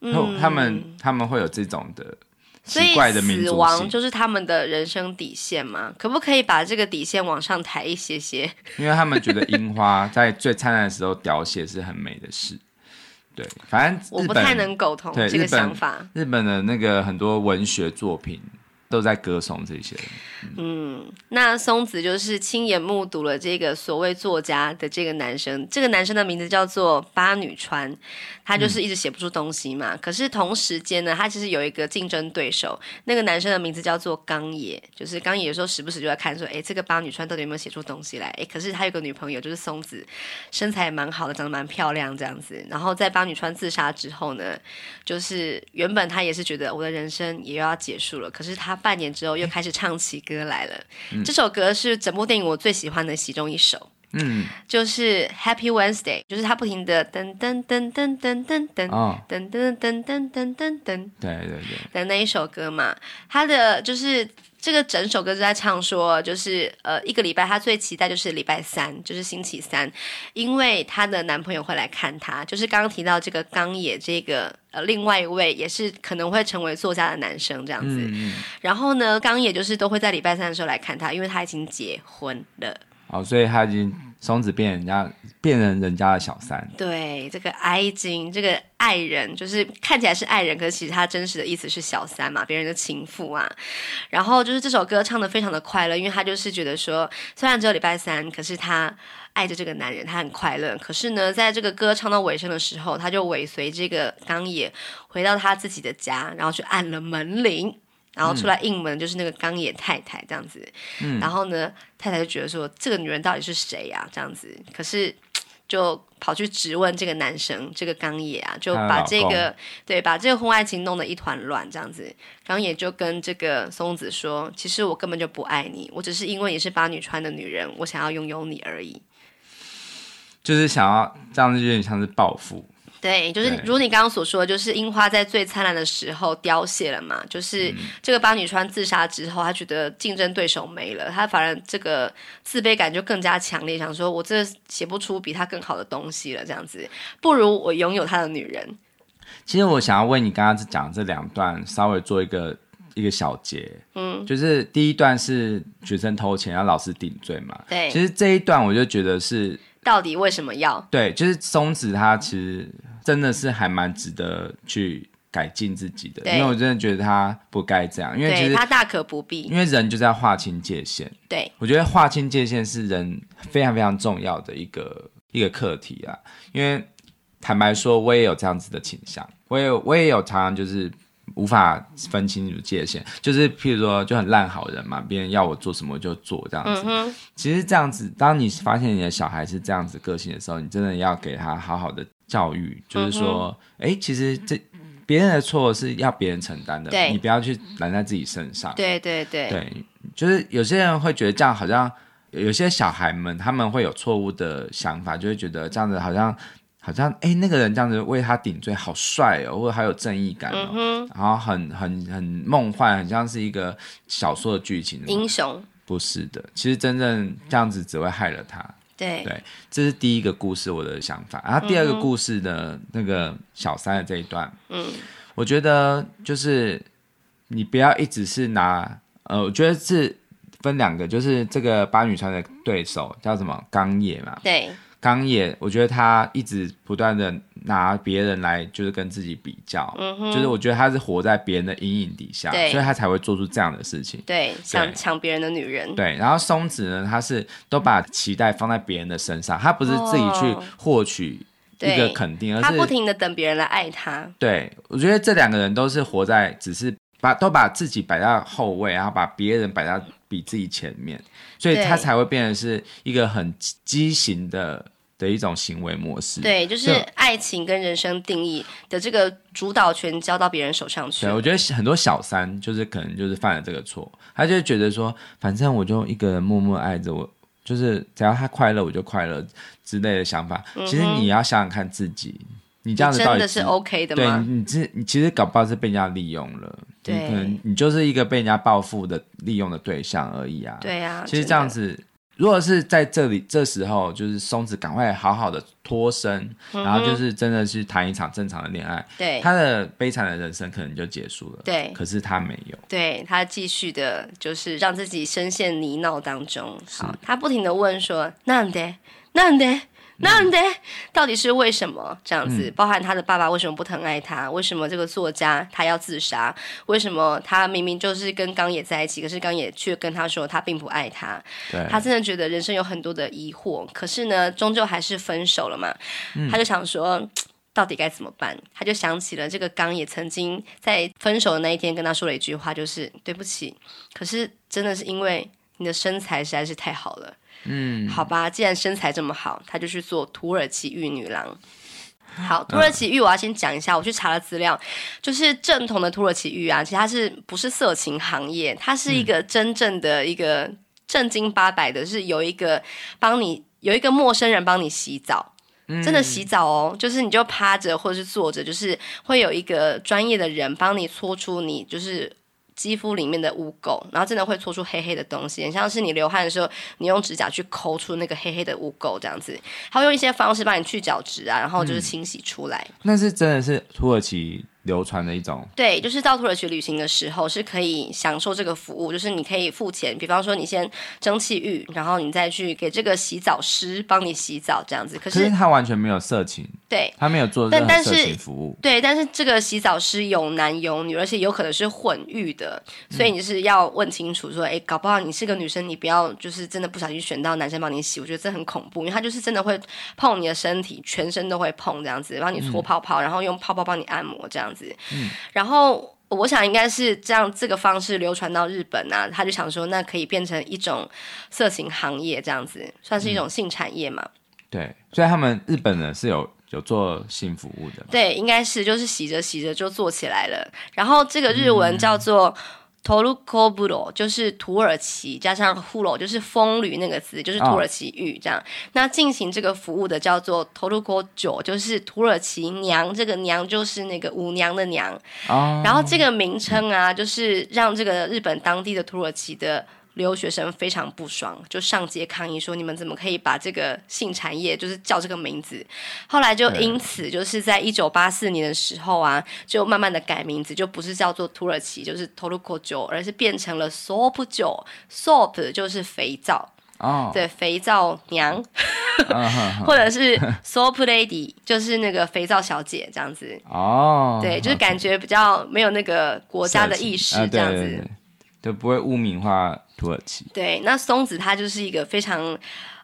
Speaker 2: 然后他们他们会有这种的
Speaker 1: 嗯所以
Speaker 2: 奇怪的民
Speaker 1: 死
Speaker 2: 族
Speaker 1: 亡
Speaker 2: 性，
Speaker 1: 就是他们的人生底线嘛？可不可以把这个底线往上抬一些些？
Speaker 2: 因为他们觉得樱花在最灿烂的时候凋谢是很美的事。对，反正
Speaker 1: 我
Speaker 2: 日
Speaker 1: 不
Speaker 2: 本
Speaker 1: 太能苟同
Speaker 2: 对
Speaker 1: 这个
Speaker 2: 日本
Speaker 1: 想法。
Speaker 2: 日本的那个很多文学作品都在歌颂这些。
Speaker 1: 那松子就是亲眼目睹了这个所谓作家的这个男生，这个男生的名字叫做八女川，他就是一直写不出东西嘛。可是同时间呢，他其实有一个竞争对手，那个男生的名字叫做冈野，就是冈野有时候时不时就在看说，哎，这个八女川到底有没有写出东西来？哎，可是他有个女朋友就是松子，身材也蛮好的，长得蛮漂亮这样子。然后在八女川自杀之后呢，就是原本他也是觉得我的人生也要结束了，可是他半年之后又开始唱起歌来了。这首歌是整部电影我最喜欢的其中一首，
Speaker 2: 嗯，
Speaker 1: 就是《Happy Wednesday》，就是他不停的噔噔噔噔噔噔噔
Speaker 2: 哦，
Speaker 1: 噔噔噔噔噔噔噔
Speaker 2: 对对对，
Speaker 1: 的那一首歌嘛。他的就是这个整首歌就在唱说，就是呃一个礼拜他最期待就是礼拜三，就是星期三，因为她的男朋友会来看她，就是刚刚提到这个冈野这个呃另外一位也是可能会成为作家的男生这样子。
Speaker 2: 嗯嗯，
Speaker 1: 然后呢，刚也就是都会在礼拜三的时候来看他，因为他已经结婚了。
Speaker 2: 好，哦所以他已经松子变人家变成人家的小三，
Speaker 1: 对，这个爱情，这个爱人，就是看起来是爱人，可是其实他真实的意思是小三嘛，别人的情妇啊。然后就是这首歌唱的非常的快乐，因为他就是觉得说，虽然只有礼拜三，可是他爱着这个男人，他很快乐。可是呢，在这个歌唱到尾声的时候，他就尾随这个冈野回到他自己的家，然后去按了门铃。然后出来应门就是那个冈野太太这样子，然后呢，太太就觉得说这个女人到底是谁呀、这样子，可是就跑去质问这个男生，这个冈野啊，就
Speaker 2: 她的
Speaker 1: 把
Speaker 2: 老
Speaker 1: 这
Speaker 2: 公
Speaker 1: 个对把这个婚外情弄得一团乱这样子。冈野就跟这个松子说，其实我根本就不爱你，我只是因为你是把女穿的女人，我想要拥有你而已。
Speaker 2: 就是想要这样子有点像是报复。
Speaker 1: 对，就是
Speaker 2: 对
Speaker 1: 如你刚刚所说的，就是樱花在最灿烂的时候凋谢了嘛。
Speaker 2: 嗯
Speaker 1: 就是这个巴女川自杀之后，她觉得竞争对手没了，她反而这个自卑感就更加强烈，想说我这写不出比她更好的东西了，这样子，不如我拥有她的女人。
Speaker 2: 其实我想要为你刚刚讲这两段稍微做一个一个小结，嗯，就是第一段是学生偷钱让老师顶罪嘛，
Speaker 1: 对
Speaker 2: 其实这一段我就觉得是
Speaker 1: 到底为什么要？
Speaker 2: 对，就是松子他其实真的是还蛮值得去改进自己的，
Speaker 1: 对
Speaker 2: 因为我真的觉得他不该这样，因为其
Speaker 1: 对
Speaker 2: 实嗯
Speaker 1: 她大可不必。
Speaker 2: 因为人就是要划清界限，
Speaker 1: 对，
Speaker 2: 我觉得划清界限是人非常非常重要的一个一个课题啊。因为坦白说，我也有这样子的倾向，我也有我也有常常就是无法分清楚界限，就是譬如说就很烂好人嘛，别人要我做什么我就做这样子。其实这样子，当你发现你的小孩是这样子个性的时候，你真的要给他好好的教育，就是说，哎、其实这。别人的错是要别人承担的，
Speaker 1: 对
Speaker 2: 你不要去揽在自己身上。
Speaker 1: 对对对，
Speaker 2: 对，就是有些人会觉得这样好像，有些小孩们他们会有错误的想法，就会觉得这样子好像好像哎、诶那个人这样子为他顶罪好帅哦，或者好有正义感
Speaker 1: 嗯
Speaker 2: 哦，然后很很很梦幻，很像是一个小说的剧情。
Speaker 1: 英雄。
Speaker 2: 不是的，其实真正这样子只会害了他。
Speaker 1: 对
Speaker 2: 对这是第一个故事我的想法，然后第二个故事的那个小三的这一段，嗯，我觉得就是你不要一直是拿，呃，我觉得是分两个，就是这个八女川的对手叫什么冈野嘛，
Speaker 1: 对
Speaker 2: 冈野，我觉得他一直不断的拿别人来就是跟自己比较，
Speaker 1: 嗯
Speaker 2: 就是我觉得他是活在别人的阴影底下，
Speaker 1: 对
Speaker 2: 所以他才会做出这样的事情。
Speaker 1: 对，想抢别人的女人。
Speaker 2: 对，然后松子呢，他是都把期待放在别人的身上，他不是自己去
Speaker 1: 哦
Speaker 2: 获取一个
Speaker 1: 对
Speaker 2: 肯定，而
Speaker 1: 她不
Speaker 2: 是
Speaker 1: 停的等别人来爱她。
Speaker 2: 对我觉得这两个人都是活在只是把都把自己摆到后位，然后把别人摆到比自己前面，所以
Speaker 1: 对
Speaker 2: 他才会变成是一个很畸畸形的的一种行为模式。
Speaker 1: 对，就是
Speaker 2: 对
Speaker 1: 爱情跟人生定义的这个主导权交到别人手上去
Speaker 2: 对，。我觉得很多小三就是可能就是犯了这个错，他就觉得说，反正我就一个人默默爱着我，就是只要他快乐我就快乐之类的想法。其实你要想想看自己，你这样
Speaker 1: 嗯你
Speaker 2: 子到
Speaker 1: 真
Speaker 2: 底
Speaker 1: 的是 OK 的
Speaker 2: 对
Speaker 1: 吗？
Speaker 2: 你这你其实搞不好是被人家利用了，你
Speaker 1: 对
Speaker 2: 可能你就是一个被人家报复的利用的对象而已啊。，
Speaker 1: 对啊，
Speaker 2: 其实
Speaker 1: 真
Speaker 2: 这样
Speaker 1: 的
Speaker 2: 子。如果是在这里，这时候就是松子赶快好好的脱身，然后就是真的去谈一场正常的恋爱，
Speaker 1: 嗯对
Speaker 2: 他的悲惨的人生可能就结束了。
Speaker 1: 对
Speaker 2: 可是他没有。
Speaker 1: 对他继续的，就是让自己深陷泥淖当中。好，他不停的问说：“那得，那
Speaker 2: 嗯
Speaker 1: 得，那得，到底是为什么这样子？”包含他的爸爸为什么不疼爱他？为什么这个作家他要自杀？为什么他明明就是跟刚野在一起，可是刚野却跟他说他并不爱他？
Speaker 2: 对，
Speaker 1: 他真的觉得人生有很多的疑惑，可是呢，终究还是分手了嘛。他就想说。到底该怎么办？他就想起了这个刚也曾经在分手的那一天跟他说了一句话，就是对不起，可是真的是因为你的身材实在是太好了。嗯，好吧，既然身材这么好，他就去做土耳其玉女郎。好，土耳其玉我要先讲一下，我去查了资料，就是正统的土耳其玉啊，其实它是不是色情行业？它是一个真正的一个正经八百的，是有一个帮你有一个陌生人帮你洗澡。真的洗澡哦，就是你就趴着或者是坐着，就是会有一个专业的人帮你搓出你就是肌肤里面的污垢，然后真的会搓出黑黑的东西，很像是你流汗的时候，你用指甲去抠出那个黑黑的污垢这样子。他会用一些方式帮你去角质啊，然后就是清洗出来。
Speaker 2: 那是真的是土耳其流传的一种，
Speaker 1: 对，就是到土耳其旅行的时候是可以享受这个服务，就是你可以付钱，比方说你先蒸汽浴，然后你再去给这个洗澡师帮你洗澡这样子。可
Speaker 2: 可是
Speaker 1: 是
Speaker 2: 他完全没有色情，
Speaker 1: 对。
Speaker 2: 他没有做
Speaker 1: 但
Speaker 2: 任何
Speaker 1: 但
Speaker 2: 色
Speaker 1: 是
Speaker 2: 情服务。
Speaker 1: 对，但是这个洗澡师有男有女，而且有可能是混浴的，所以你是要问清楚说，哎、搞不好你是个女生，你不要就是真的不小心选到男生帮你洗，我觉得这很恐怖，因为他就是真的会碰你的身体，全身都会碰这样子，帮你搓泡泡，然后用泡泡帮你按摩这样子，然后。我想应该是这样，这个方式流传到日本啊，他就想说，那可以变成一种色情行业，这样子算是一种性产业嘛？
Speaker 2: 对，所以他们日本人是有有做性服务的嘛。嗯
Speaker 1: 对，应该是就是洗着洗着就做起来了。然后这个日文叫做 t o r u k o b u r o 就是土耳其加上 hulo 就是风旅那个词，就是土耳其语这样。那进行这个服务的叫做 t o r u k o j o 就是土耳其娘，这个娘就是那个舞娘的娘。
Speaker 2: 哦，
Speaker 1: 然后这个名称啊，就是让这个日本当地的土耳其的留学生非常不爽，就上街抗议说：“你们怎么可以把这个性产业就是叫这个名字？”后来就因此就是在一九八四年的时候啊，就慢慢的改名字，就不是叫做土耳其，就是 t o r u k o j o 而是变成了 soap 酒 soap 就是肥皂，
Speaker 2: 哦，
Speaker 1: 对，肥皂娘，
Speaker 2: 嗯哼 哼
Speaker 1: 或者是 soap lady，就是那个肥皂小姐这样子。
Speaker 2: 哦，
Speaker 1: 对，就是感觉比较没有那个国家的意识
Speaker 2: 啊
Speaker 1: 这样子。
Speaker 2: 对对对，就不会污名化土耳其。
Speaker 1: 对，那松子她就是一个非常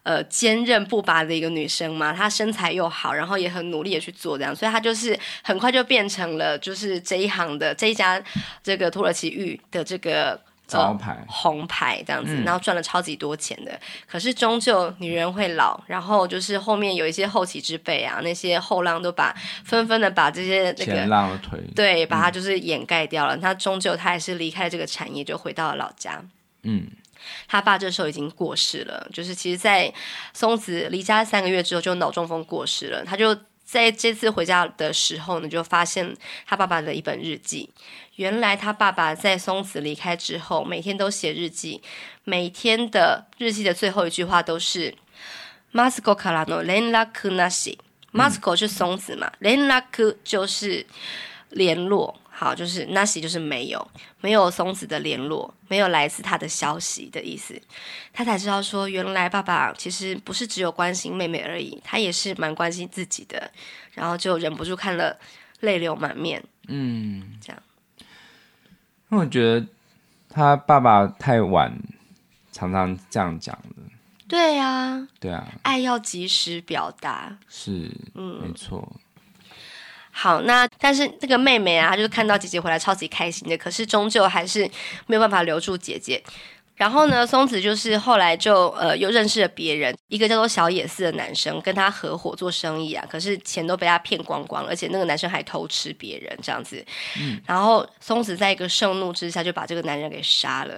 Speaker 1: 呃坚韧不拔的一个女生嘛，她身材又好，然后也很努力的去做这样，所以她就是很快就变成了就是这一行的这一家这个土耳其浴的这个。呃
Speaker 2: 招牌嗯
Speaker 1: 红牌这样子，然后赚了超级多钱的。可是终究女人会老，然后就是后面有一些后起之辈啊，那些后浪都把纷纷的把这些那个
Speaker 2: 前浪的腿，
Speaker 1: 对，把它就是掩盖掉了。那终究他还是离开这个产业，就回到了老家。
Speaker 2: 嗯，
Speaker 1: 他爸这时候已经过世了，就是其实，在松子离家三个月之后就脑中风过世了。他就在这次回家的时候呢，就发现他爸爸的一本日记。原来他爸爸在松子离开之后，每天都写日记，每天的日记的最后一句话都是 “Masco k a r a no len la k n a s i Masco 是松子嘛，len la k 就是联络。好，就是 nasi 就是没有，没有松子的联络，没有来自他的消息的意思。他才知道说，原来爸爸其实不是只有关心妹妹而已，他也是蛮关心自己的。然后就忍不住看了，泪流满面。嗯，这样
Speaker 2: 因为我觉得他爸爸太晚，常常这样讲的。
Speaker 1: 对呀、啊，
Speaker 2: 对啊，
Speaker 1: 爱要及时表达。
Speaker 2: 是，
Speaker 1: 嗯
Speaker 2: 没错，
Speaker 1: 好，那但是这个妹妹啊，她就是看到姐姐回来超级开心的，可是终究还是没有办法留住姐姐。然后呢，松子就是后来就呃又认识了别人，一个叫做小野寺的男生，跟他合伙做生意啊，可是钱都被他骗光光了，而且那个男生还偷吃别人这样子。
Speaker 2: 嗯
Speaker 1: 然后松子在一个盛怒之下就把这个男人给杀了，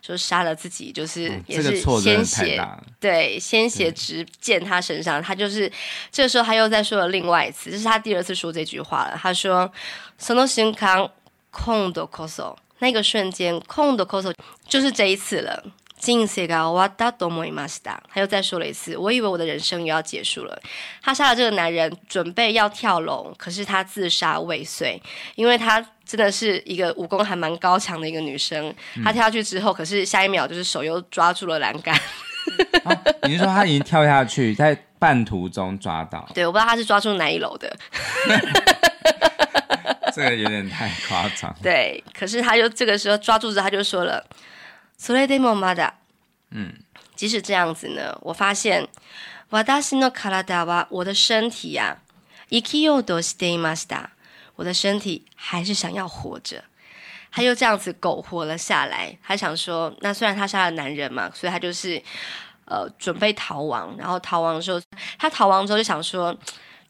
Speaker 1: 就杀了自己，就是
Speaker 2: 嗯
Speaker 1: 也
Speaker 2: 这个
Speaker 1: 是
Speaker 2: 错真
Speaker 1: 鲜
Speaker 2: 的太
Speaker 1: 血
Speaker 2: 大了。
Speaker 1: 对，鲜血直溅他身上，他就是这时候他又在说了另外一次，这是他第二次说这句话了。他说その瞬間、今度こそ，那个瞬间，今度こそ就是这一次了。人生が終わったと思いました。他又再说了一次，我以为我的人生又要结束了。他杀了这个男人，准备要跳楼，可是他自杀未遂，因为他真的是一个武功还蛮高强的一个女生。她跳下去之后，可是下一秒就是手又抓住了栏杆，
Speaker 2: 哦你是说他已经跳下去，在半途中抓到，
Speaker 1: 对，我不知道他是抓住哪一楼的，
Speaker 2: 这个有点太夸张。
Speaker 1: 对，可是他就这个时候抓住之后，他就说了それでもまだ，
Speaker 2: 嗯，
Speaker 1: 即使这样子呢，我发现私の体は我的身体呀、啊，生きようとしていました，我的身体还是想要活着。他又这样子苟活了下来，他想说，那虽然他杀了男人嘛，所以他就是呃准备逃亡，然后逃亡的时候，他逃亡之后就想说，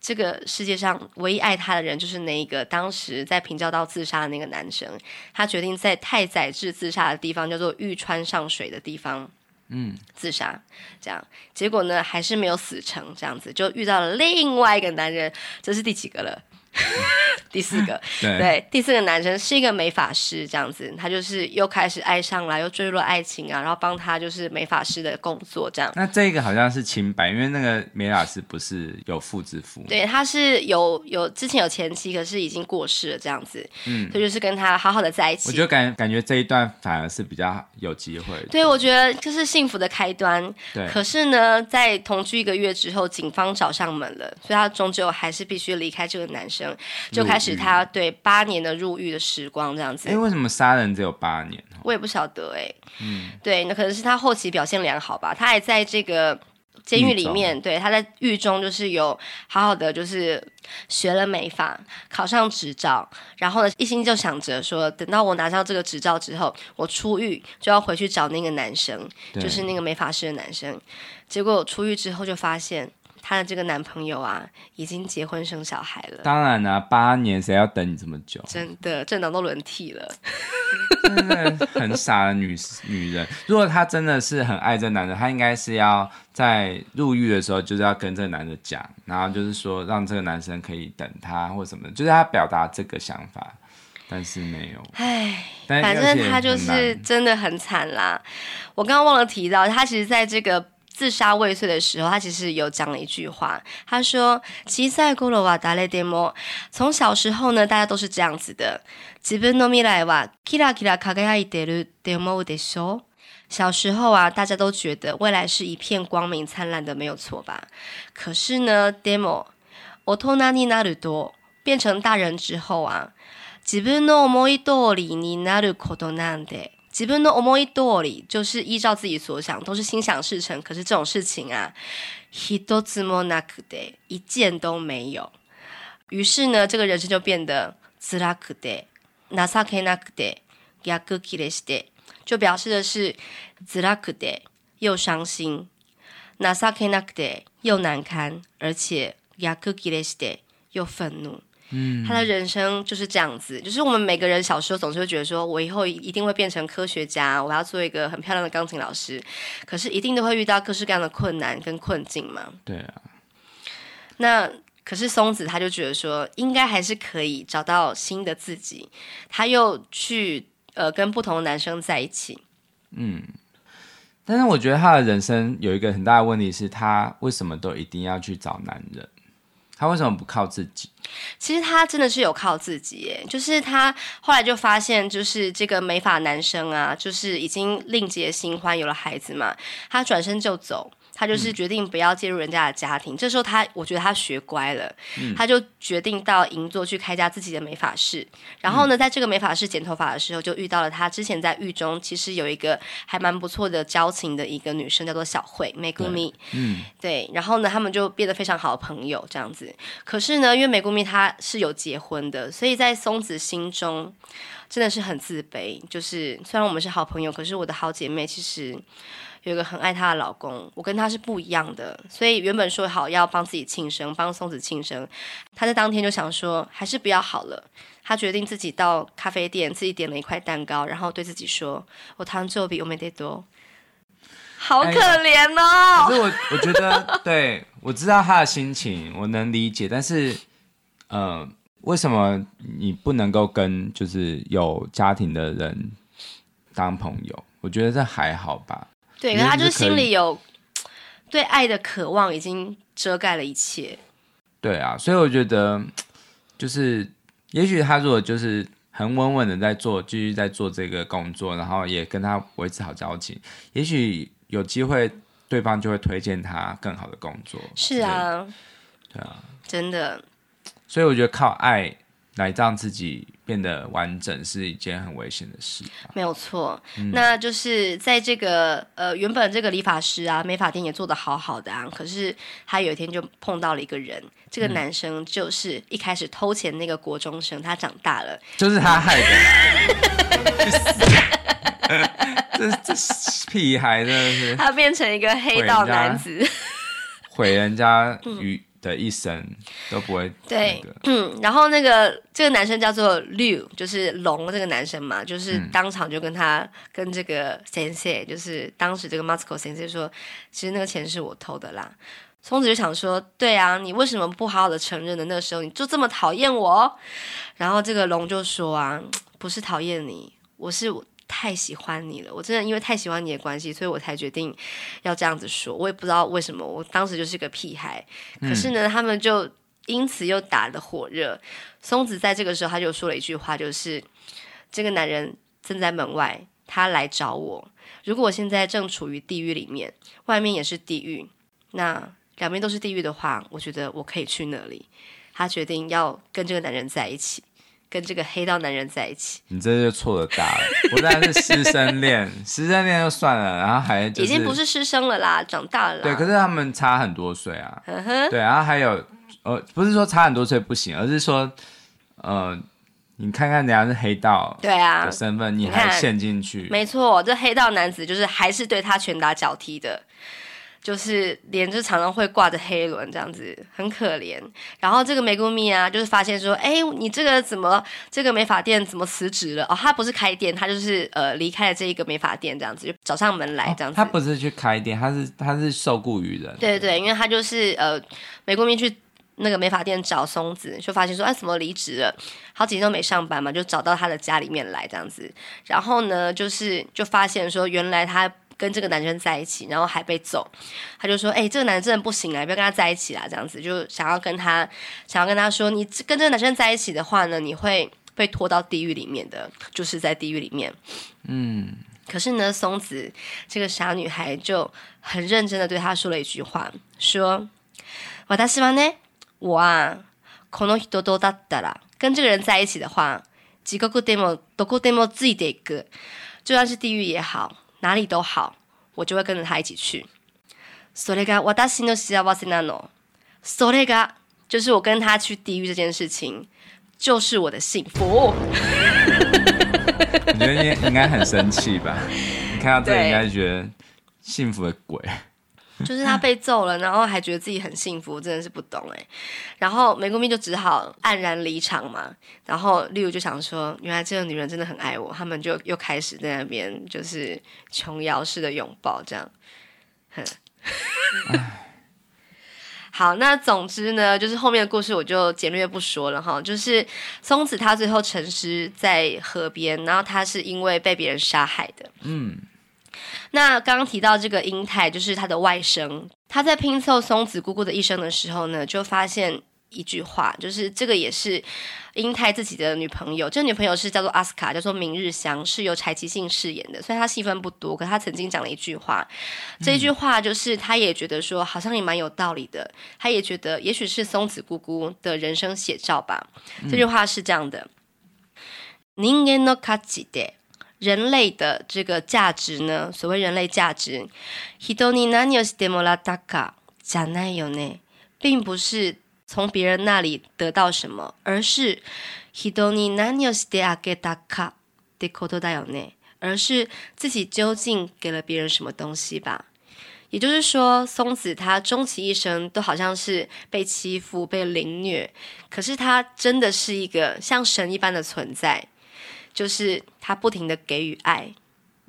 Speaker 1: 这个世界上唯一爱他的人就是那一个当时在平交道自杀的那个男生，他决定在太宰治自杀的地方叫做玉川上水的地方。
Speaker 2: 嗯，
Speaker 1: 自杀，这样结果呢还是没有死成，这样子就遇到了另外一个男人，这是第几个了？ 第四个，
Speaker 2: 对，
Speaker 1: 对，第四个男生是一个美发师，这样子，他就是又开始爱上了，又坠入了爱情啊，然后帮他就是美发师的工作这样。
Speaker 2: 那这个好像是清白，因为那个梅老师不是有妇之夫，
Speaker 1: 对，他是有有之前有前妻，可是已经过世了这样子，嗯，所以就是跟他好好的在一
Speaker 2: 我
Speaker 1: 起
Speaker 2: 觉。得感感觉这一段反而是比较有机会的。
Speaker 1: 对，我觉得这是幸福的开端。
Speaker 2: 对，
Speaker 1: 可是呢，在同居一个月之后，警方找上门了，所以他终究还是必须离开这个男生，就开始他对八年的入狱的时光这样子。
Speaker 2: 哎，为什么杀人只有八年？
Speaker 1: 我也不晓得哎、对，那可能是他后期表现良好吧，他还在这个。监狱里面，对他在狱中就是有好好的就是学了美发，考上执照，然后呢一心就想着说，等到我拿到这个执照之后，我出狱就要回去找那个男生，
Speaker 2: 对
Speaker 1: 就是那个美发师的男生。结果出狱之后就发现她的这个男朋友啊，已经结婚生小孩了，
Speaker 2: 当然啦、八年谁要等你这么久？
Speaker 1: 真的政党都轮替了。
Speaker 2: 真的很傻的女 女人。如果她真的是很爱这男人，她应该是要在入狱的时候就是要跟这个男的讲，然后就是说让这个男生可以等她或什么的，就是她表达这个想法，但是没有。
Speaker 1: 唉，
Speaker 2: 但
Speaker 1: 反
Speaker 2: 而且
Speaker 1: 正她就
Speaker 2: 很难
Speaker 1: 是真的很惨啦。我刚刚忘了提到，她其实在这个自杀未遂的时候，她其实有讲了一句话，她说：“其在古罗瓦达雷デモ，从小时候呢，大家都是这样子的。自分の未来はキラキラ輝いてるデモでしょ。”小时候啊，大家都觉得未来是一片光明灿烂的，没有错吧？可是呢，demo，大人になると变成大人之后啊，自分の思い通りになることなんで。自分の思い通り就是依照自己所想，都是心想事成。可是这种事情啊，一つもなくて，一件都没有。于是呢，这个人生就变得辛くて、情けなくて、逆切れして，就表示的是辛くて又伤心，情けなくて又难堪，而且逆切れして又愤怒。他的人生就是这样子，就是我们每个人小时候总是会觉得说，我以后一定会变成科学家，我要做一个很漂亮的钢琴老师，可是一定都会遇到各式各样的困难跟困境嘛。
Speaker 2: 对啊，
Speaker 1: 那可是松子他就觉得说，应该还是可以找到新的自己，他又去呃跟不同的男生在一起，
Speaker 2: 但是我觉得她的人生有一个很大的问题是，她为什么都一定要去找男人？她为什么不靠自己？
Speaker 1: 其实他真的是有靠自己耶，就是他后来就发现，就是这个美发男生啊，就是已经另结新欢，有了孩子嘛，他转身就走。他就是决定不要介入人家的家庭，这时候他，我觉得他学乖了，他就决定到银座去开一家自己的美发室。然后呢，在这个美发室剪头发的时候，就遇到了他之前在狱中其实有一个还蛮不错的交情的一个女生，叫做小慧 Megumi。
Speaker 2: 嗯，
Speaker 1: 对，然后呢，他们就变得非常好的朋友这样子。可是呢，因为美谷蜜她是有结婚的，所以在松子心中真的是很自卑。就是虽然我们是好朋友，可是我的好姐妹其实有一个很爱她的老公，我跟她是不一样的。所以原本说好要帮自己庆生，帮松子庆生，她在当天就想说还是不要好了。她决定自己到咖啡店自己点了一块蛋糕，然后对自己说：“我糖做比我没得多。”好可
Speaker 2: 哎
Speaker 1: 怜哦！
Speaker 2: 可是我我觉得，对我知道她的心情，我能理解，但是，呃，为什么你不能够跟就是有家庭的人当朋友？我觉得这还好吧。
Speaker 1: 对，
Speaker 2: 你
Speaker 1: 可是他
Speaker 2: 就
Speaker 1: 就是
Speaker 2: 是可
Speaker 1: 心
Speaker 2: 以
Speaker 1: 里有对爱的渴望，已经遮盖了一切。
Speaker 2: 对啊，所以我觉得就是，也许他如果就是很稳稳的在做，继续在做这个工作，然后也跟他维持好交情，也许有机会对方就会推荐他更好的工作。
Speaker 1: 是，啊，
Speaker 2: 对啊，
Speaker 1: 真的，
Speaker 2: 所以我觉得靠爱来让自己变得完整是一件很危险的事啊吧。
Speaker 1: 没有错。
Speaker 2: 嗯
Speaker 1: 那就是在这个呃，原本这个理发师啊，美发店也做得好好的啊，可是他有一天就碰到了一个人，这
Speaker 2: 嗯
Speaker 1: 个男生就是一开始偷钱那个国中生，他长大了，
Speaker 2: 就是他害的啦。去死这这屁孩真的是
Speaker 1: 他变成一个黑道男子。
Speaker 2: 毁人家与的一生都不会那
Speaker 1: 嗯对
Speaker 2: 个。，
Speaker 1: 嗯，然后那个这个男生叫做 Liu，就是龙这个男生嘛，就是当场就跟他、跟这个 Sensei，就是当时这个 Masco Sensei 说，其实那个钱是我偷的啦。松子就想说，对啊，你为什么不好好的承认呢？那时候你就这么讨厌我？然后这个龙就说啊，不是讨厌你，我是太喜欢你了，我真的因为太喜欢你的关系，所以我才决定要这样子说。我也不知道为什么，我当时就是个屁孩。可是呢，他们就因此又打得火热。松子在这个时候他就说了一句话，就是这个男人正在门外，他来找我。如果我现在正处于地狱里面，外面也是地狱，那两边都是地狱的话，我觉得我可以去那里。他决定要跟这个男人在一起，跟这个黑道男人在一起。
Speaker 2: 你这就错的大了。不但是师生恋， 师生恋就算了，然后还就是
Speaker 1: 已经不是师生了啦，长大了啦。嗯
Speaker 2: 对，可是他们差很多岁啊。对，然后还有呃，不是说差很多岁不行，而是说呃，你看看人家是黑道
Speaker 1: 对啊
Speaker 2: 的，身份，你
Speaker 1: 你看
Speaker 2: 还陷进去，
Speaker 1: 没错，这黑道男子就是还是对他拳打脚踢的。就是脸就常常会挂着黑轮这样子，很可怜。然后这个梅姑蜜啊，就是发现说，哎、你这个怎么这个美发店怎么辞职了？哦，他不是开店，他就是呃离开了这一个美发店这样子，就找上门来这样子。
Speaker 2: 哦他不是去开店，他是他是受雇于人。
Speaker 1: 对对对，因为他就是呃，美国民去那个美发店找松子，就发现说，哎，怎么离职了？好几天都没上班嘛，就找到他的家里面来这样子。然后呢，就是就发现说，原来他跟这个男生在一起，然后还被揍。他就说，哎，这个男生真的不行啊，不要跟他在一起啦，这样子就想要跟他想要跟他说，你跟这个男生在一起的话呢，你会被拖到地狱里面的，就是在地狱里面。
Speaker 2: 嗯，
Speaker 1: 可是呢，松子这个傻女孩就很认真的对他说了一句话，说：“私はね、我啊，この人とだったら，跟这个人在一起的话，几个でもどこでもついていく，就算是地狱也好，哪里都好，我就会跟着他一起去。それが私の幸せなの。それが就是我跟他去地狱这件事情，就是我的幸福。”
Speaker 2: 我觉得你应该很生气吧？你看到这
Speaker 1: 对
Speaker 2: 应该觉得幸福的鬼。
Speaker 1: 就是他被揍了，然后还觉得自己很幸福，真的是不懂哎。然后梅姑蜜就只好黯然离场嘛。然后丽如就想说，原来这个女人真的很爱我，他们就又开始在那边就是琼瑶式的拥抱这样。哼好，那总之呢，就是后面的故事我就简略不说了哈。就是松子她最后沉尸在河边，然后她是因为被别人杀害的。
Speaker 2: 嗯，
Speaker 1: 那刚刚提到这个英泰，就是他的外甥，他在拼凑松子姑姑的一生的时候呢，就发现一句话，就是这个也是英泰自己的女朋友，这个女朋友是叫做阿斯卡，叫做明日香，是由柴崎幸饰演的。虽然她戏份不多，可她曾经讲了一句话，这一句话就是她也觉得说好像也蛮有道理的，她也觉得也许是松子姑姑的人生写照吧。这句话是这样的：人間の価値で人类的这个价值呢，所谓人类价值，人に何をしてもらったかじゃないよね，并不是从别人那里得到什么，而是人に何をしてあげたかってことだよね，而是自己究竟给了别人什么东西吧。也就是说，松子她终其一生都好像是被欺负、被凌虐，可是她真的是一个像神一般的存在，就是她不停的给予爱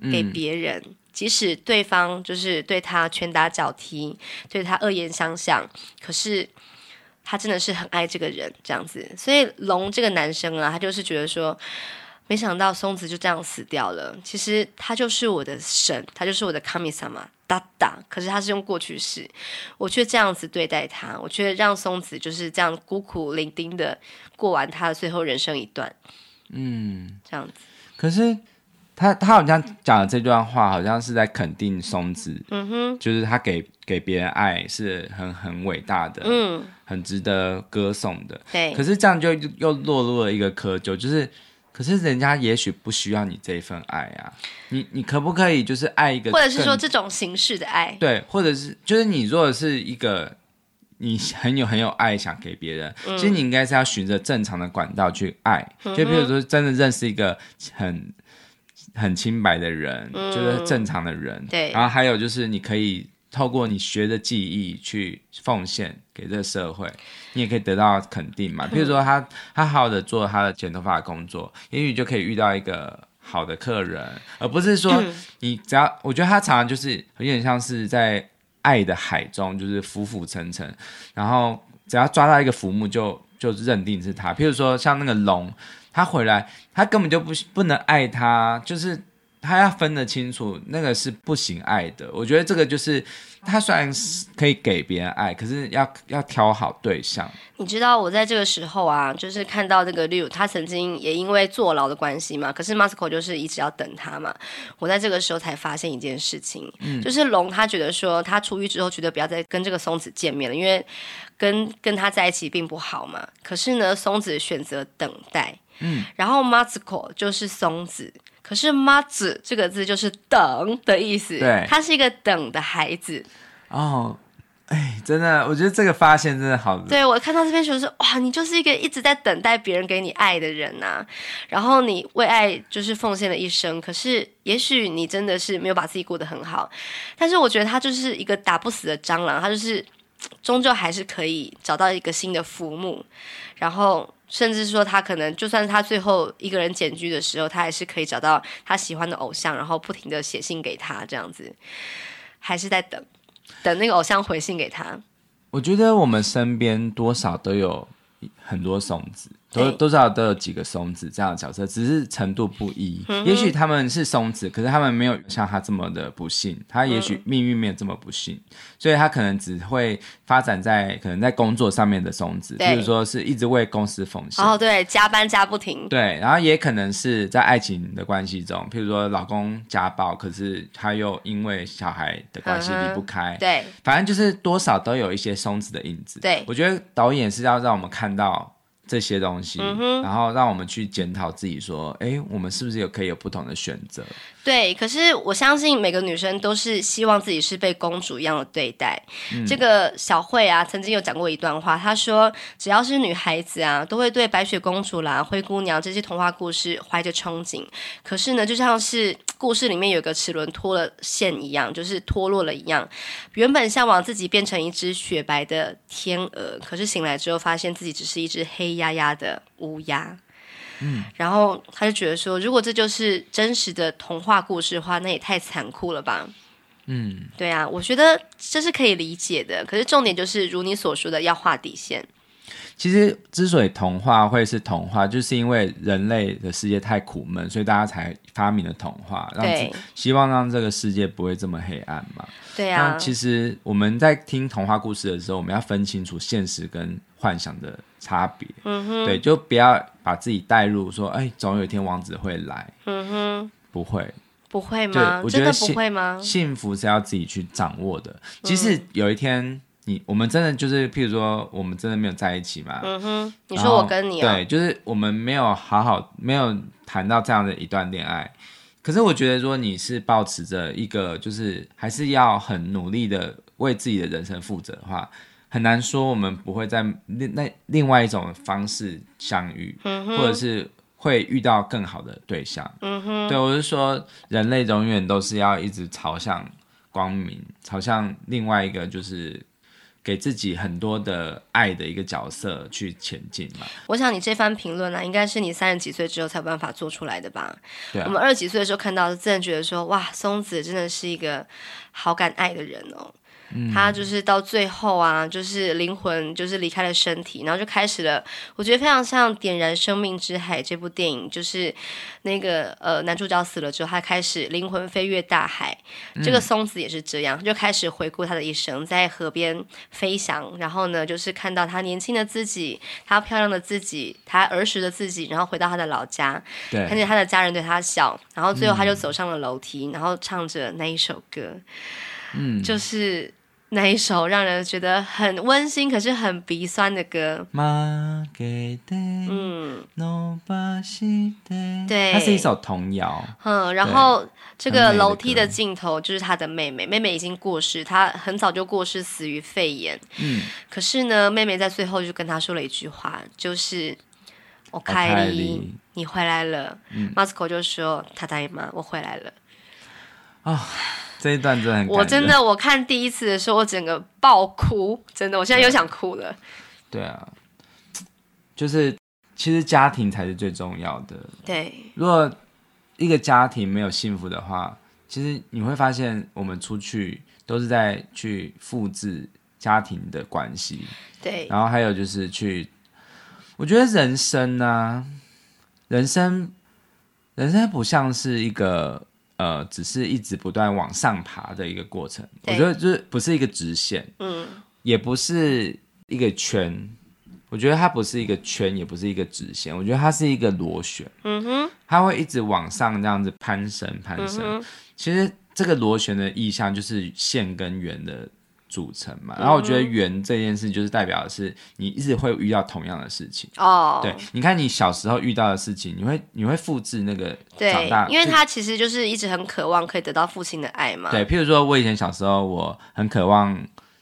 Speaker 1: 给
Speaker 2: 嗯，
Speaker 1: 别人，即使对方就是对她拳打脚踢，对她恶言相向，可是她真的是很爱这个人这样子。所以龙这个男生啊，他就是觉得说。没想到松子就这样死掉了。其实他就是我的神，他就是我的卡米萨玛达达。可是他是用过去式，我却这样子对待他，我却让松子就是这样孤苦伶仃的过完他的最后人生一段。嗯，这样子，
Speaker 2: 可是他他好像讲的这段话，好像是在肯定松子，
Speaker 1: 嗯哼，
Speaker 2: 就是他给给别人爱是很很伟大的，
Speaker 1: 嗯，
Speaker 2: 很值得歌颂的。
Speaker 1: 对
Speaker 2: 可，是这样就又又落入了一个窠臼，就是。可是人家也许不需要你这一份爱啊，你你可不可以就是爱一个更，
Speaker 1: 或者是说这种形式的爱，
Speaker 2: 对，或者是就是你如果是一个你很有很有爱想给别人，其实你应该是要循着正常的管道去爱，就比如说真的认识一个很很清白的人，就是正常的人，
Speaker 1: 对
Speaker 2: 然后还有就是你可以。透过你学的技艺去奉献给这个社会，你也可以得到肯定嘛。比如说他他好好的做他的剪头发的工作，也许就可以遇到一个好的客人，而不是说你只要，我觉得他常常就是有点像是在爱的海中，就是浮浮沉沉，然后只要抓到一个浮木就就认定是他。譬如说像那个龙，他回来，他根本就不不能爱他，就是他要分得清楚，那个是不行爱的。我觉得这个就是他虽然是可以给别人爱，可是要要挑好对象。
Speaker 1: 你知道我在这个时候啊，就是看到那个 Liu，他曾经也因为坐牢的关系嘛，可是 Masco 就是一直要等他嘛。我在这个时候才发现一件事情，
Speaker 2: 嗯
Speaker 1: 就是龙他觉得说他出狱之后，觉得不要再跟这个松子见面了，因为跟跟他在一起并不好嘛。可是呢，松子选择等待，嗯，然后 Masco 就是松子。可是“妈子”这个字就是“等”的意思，
Speaker 2: 对
Speaker 1: 他是一个等的孩子，
Speaker 2: 哦，哎，真的，我觉得这个发现真的好。
Speaker 1: 对我看到这篇文说，哇，你就是一个一直在等待别人给你爱的人呐、啊，然后你为爱就是奉献了一生，可是也许你真的是没有把自己过得很好，但是我觉得他就是一个打不死的蟑螂，他就是终究还是可以找到一个新的浮木，然后。甚至说，他可能就算他最后一个人检居的时候，他还是可以找到他喜欢的偶像，然后不停的写信给他，这样子，还是在等，等那个偶像回信给他。
Speaker 2: 我觉得我们身边多少都有很多松子，多多少都有几个松子这样的角色，只是程度不一。嗯、也许他们是松子，可是他们没有像他这么的不幸，他也许命运没有这么不幸，嗯、所以他可能只会发展在可能在工作上面的松子，比如说是一直为公司奉献。
Speaker 1: 哦，对，加班加不停。
Speaker 2: 对，然后也可能是在爱情的关系中，譬如说老公家暴，可是他又因为小孩的关系离不开。嗯、
Speaker 1: 对，
Speaker 2: 反正就是多少都有一些松子的影子。
Speaker 1: 对，
Speaker 2: 我觉得导演是要让我们看到。这些东西，嗯、然后让我们去检讨自己，说，哎，我们是不是有可以有不同的选择？
Speaker 1: 对，可是我相信每个女生都是希望自己是被公主一样的对待。嗯、这个小慧啊，曾经有讲过一段话，她说，只要是女孩子啊，都会对白雪公主啦、灰姑娘这些童话故事怀着憧憬。可是呢，就像是故事里面有个齿轮脱了线一样，就是脱落了一样，原本向往自己变成一只雪白的天鹅，可是醒来之后发现自己只是一只黑。压压的乌鸦，嗯，然后他就觉得说，如果这就是真实的童话故事的话，那也太残酷了吧，
Speaker 2: 嗯，
Speaker 1: 对啊，我觉得这是可以理解的。可是重点就是，如你所说的，要画底线。
Speaker 2: 其实，之所以童话会是童话，就是因为人类的世界太苦闷，所以大家才发明了童话，让希望让这个世界不会这么黑暗嘛。
Speaker 1: 对啊，
Speaker 2: 其实我们在听童话故事的时候，我们要分清楚现实跟幻想的差别。
Speaker 1: 嗯哼，
Speaker 2: 对，就不要把自己带入说，哎，总有一天王子会来。
Speaker 1: 嗯哼，
Speaker 2: 不会。
Speaker 1: 不会吗？
Speaker 2: 我觉得
Speaker 1: 不会吗？
Speaker 2: 幸福是要自己去掌握的。
Speaker 1: 嗯
Speaker 2: 即使有一天。你我们真的就是，譬如说，我们真的没有在一起嘛？
Speaker 1: 嗯哼，你说我跟你、
Speaker 2: 啊、对，就是我们没有好好没有谈到这样的一段恋爱。可是我觉得，说你是保持着一个，就是还是要很努力的为自己的人生负责的话，很难说我们不会在另那另外一种方式相遇，
Speaker 1: 嗯、
Speaker 2: 或者是会遇到更好的对象。
Speaker 1: 嗯哼，
Speaker 2: 对我是说，人类永远都是要一直朝向光明，朝向另外一个就是。给自己很多的爱的一个角色去前进嘛。
Speaker 1: 我想你这番评论呢、啊，应该是你三十几岁之后才有办法做出来的吧？
Speaker 2: 对、啊。
Speaker 1: 我们二十几岁的时候看到，真的觉得说，哇，松子真的是一个好敢爱的人哦。
Speaker 2: 嗯、
Speaker 1: 他就是到最后啊，就是灵魂就是离开了身体，然后就开始了。我觉得非常像《点燃生命之海》这部电影，就是那个呃男主角死了之后，他开始灵魂飞越大海。这个松子也是这样，就开始回顾他的一生，在河边飞翔，然后呢，就是看到他年轻的自己，他漂亮的自己，他儿时的自己，然后回到他的老家，
Speaker 2: 看
Speaker 1: 见他的家人对他笑，然后最后他就走上了楼梯，嗯、然后唱着那一首歌，
Speaker 2: 嗯，
Speaker 1: 就是。那一首让人觉得很温馨，可是很鼻酸的歌。嗯，对，
Speaker 2: 它是一首童谣。
Speaker 1: 嗯，然后这个楼梯的尽头就是他的妹妹，妹妹已经过世，她很早就过世，死于肺炎。
Speaker 2: 嗯，
Speaker 1: 可是呢，妹妹在最后就跟他说了一句话，就是“我凯莉，你回来了。”
Speaker 2: 嗯
Speaker 1: 马斯科就说：“他大姨妈，我回来了。”
Speaker 2: 啊。这一段真的很，
Speaker 1: 我真的我看第一次的时候，我整个爆哭，真的，我现在又想哭了。
Speaker 2: 对啊，就是其实家庭才是最重要的。
Speaker 1: 对，
Speaker 2: 如果一个家庭没有幸福的话，其实你会发现我们出去都是在去复制家庭的关系。
Speaker 1: 对，
Speaker 2: 然后还有就是去，我觉得人生呢、啊，人生，人生不像是一个。呃，只是一直不断往上爬的一个过程，我觉得就是不是一个直线，
Speaker 1: 嗯，
Speaker 2: 也不是一个圈，我觉得它不是一个圈，也不是一个直线，我觉得它是一个螺旋，
Speaker 1: 嗯哼，
Speaker 2: 它会一直往上这样子攀升攀升。
Speaker 1: 嗯、
Speaker 2: 其实这个螺旋的意象就是线跟圆的组成嘛，然后我觉
Speaker 1: 嗯
Speaker 2: 得圆这件事就是代表的是你一直会遇到同样的事情
Speaker 1: 哦，
Speaker 2: 对，你看你小时候遇到的事情，你会你会复制那个。
Speaker 1: 对，因为他其实就是一直很渴望可以得到父亲的爱嘛。
Speaker 2: 对，譬如说我以前小时候，我很渴望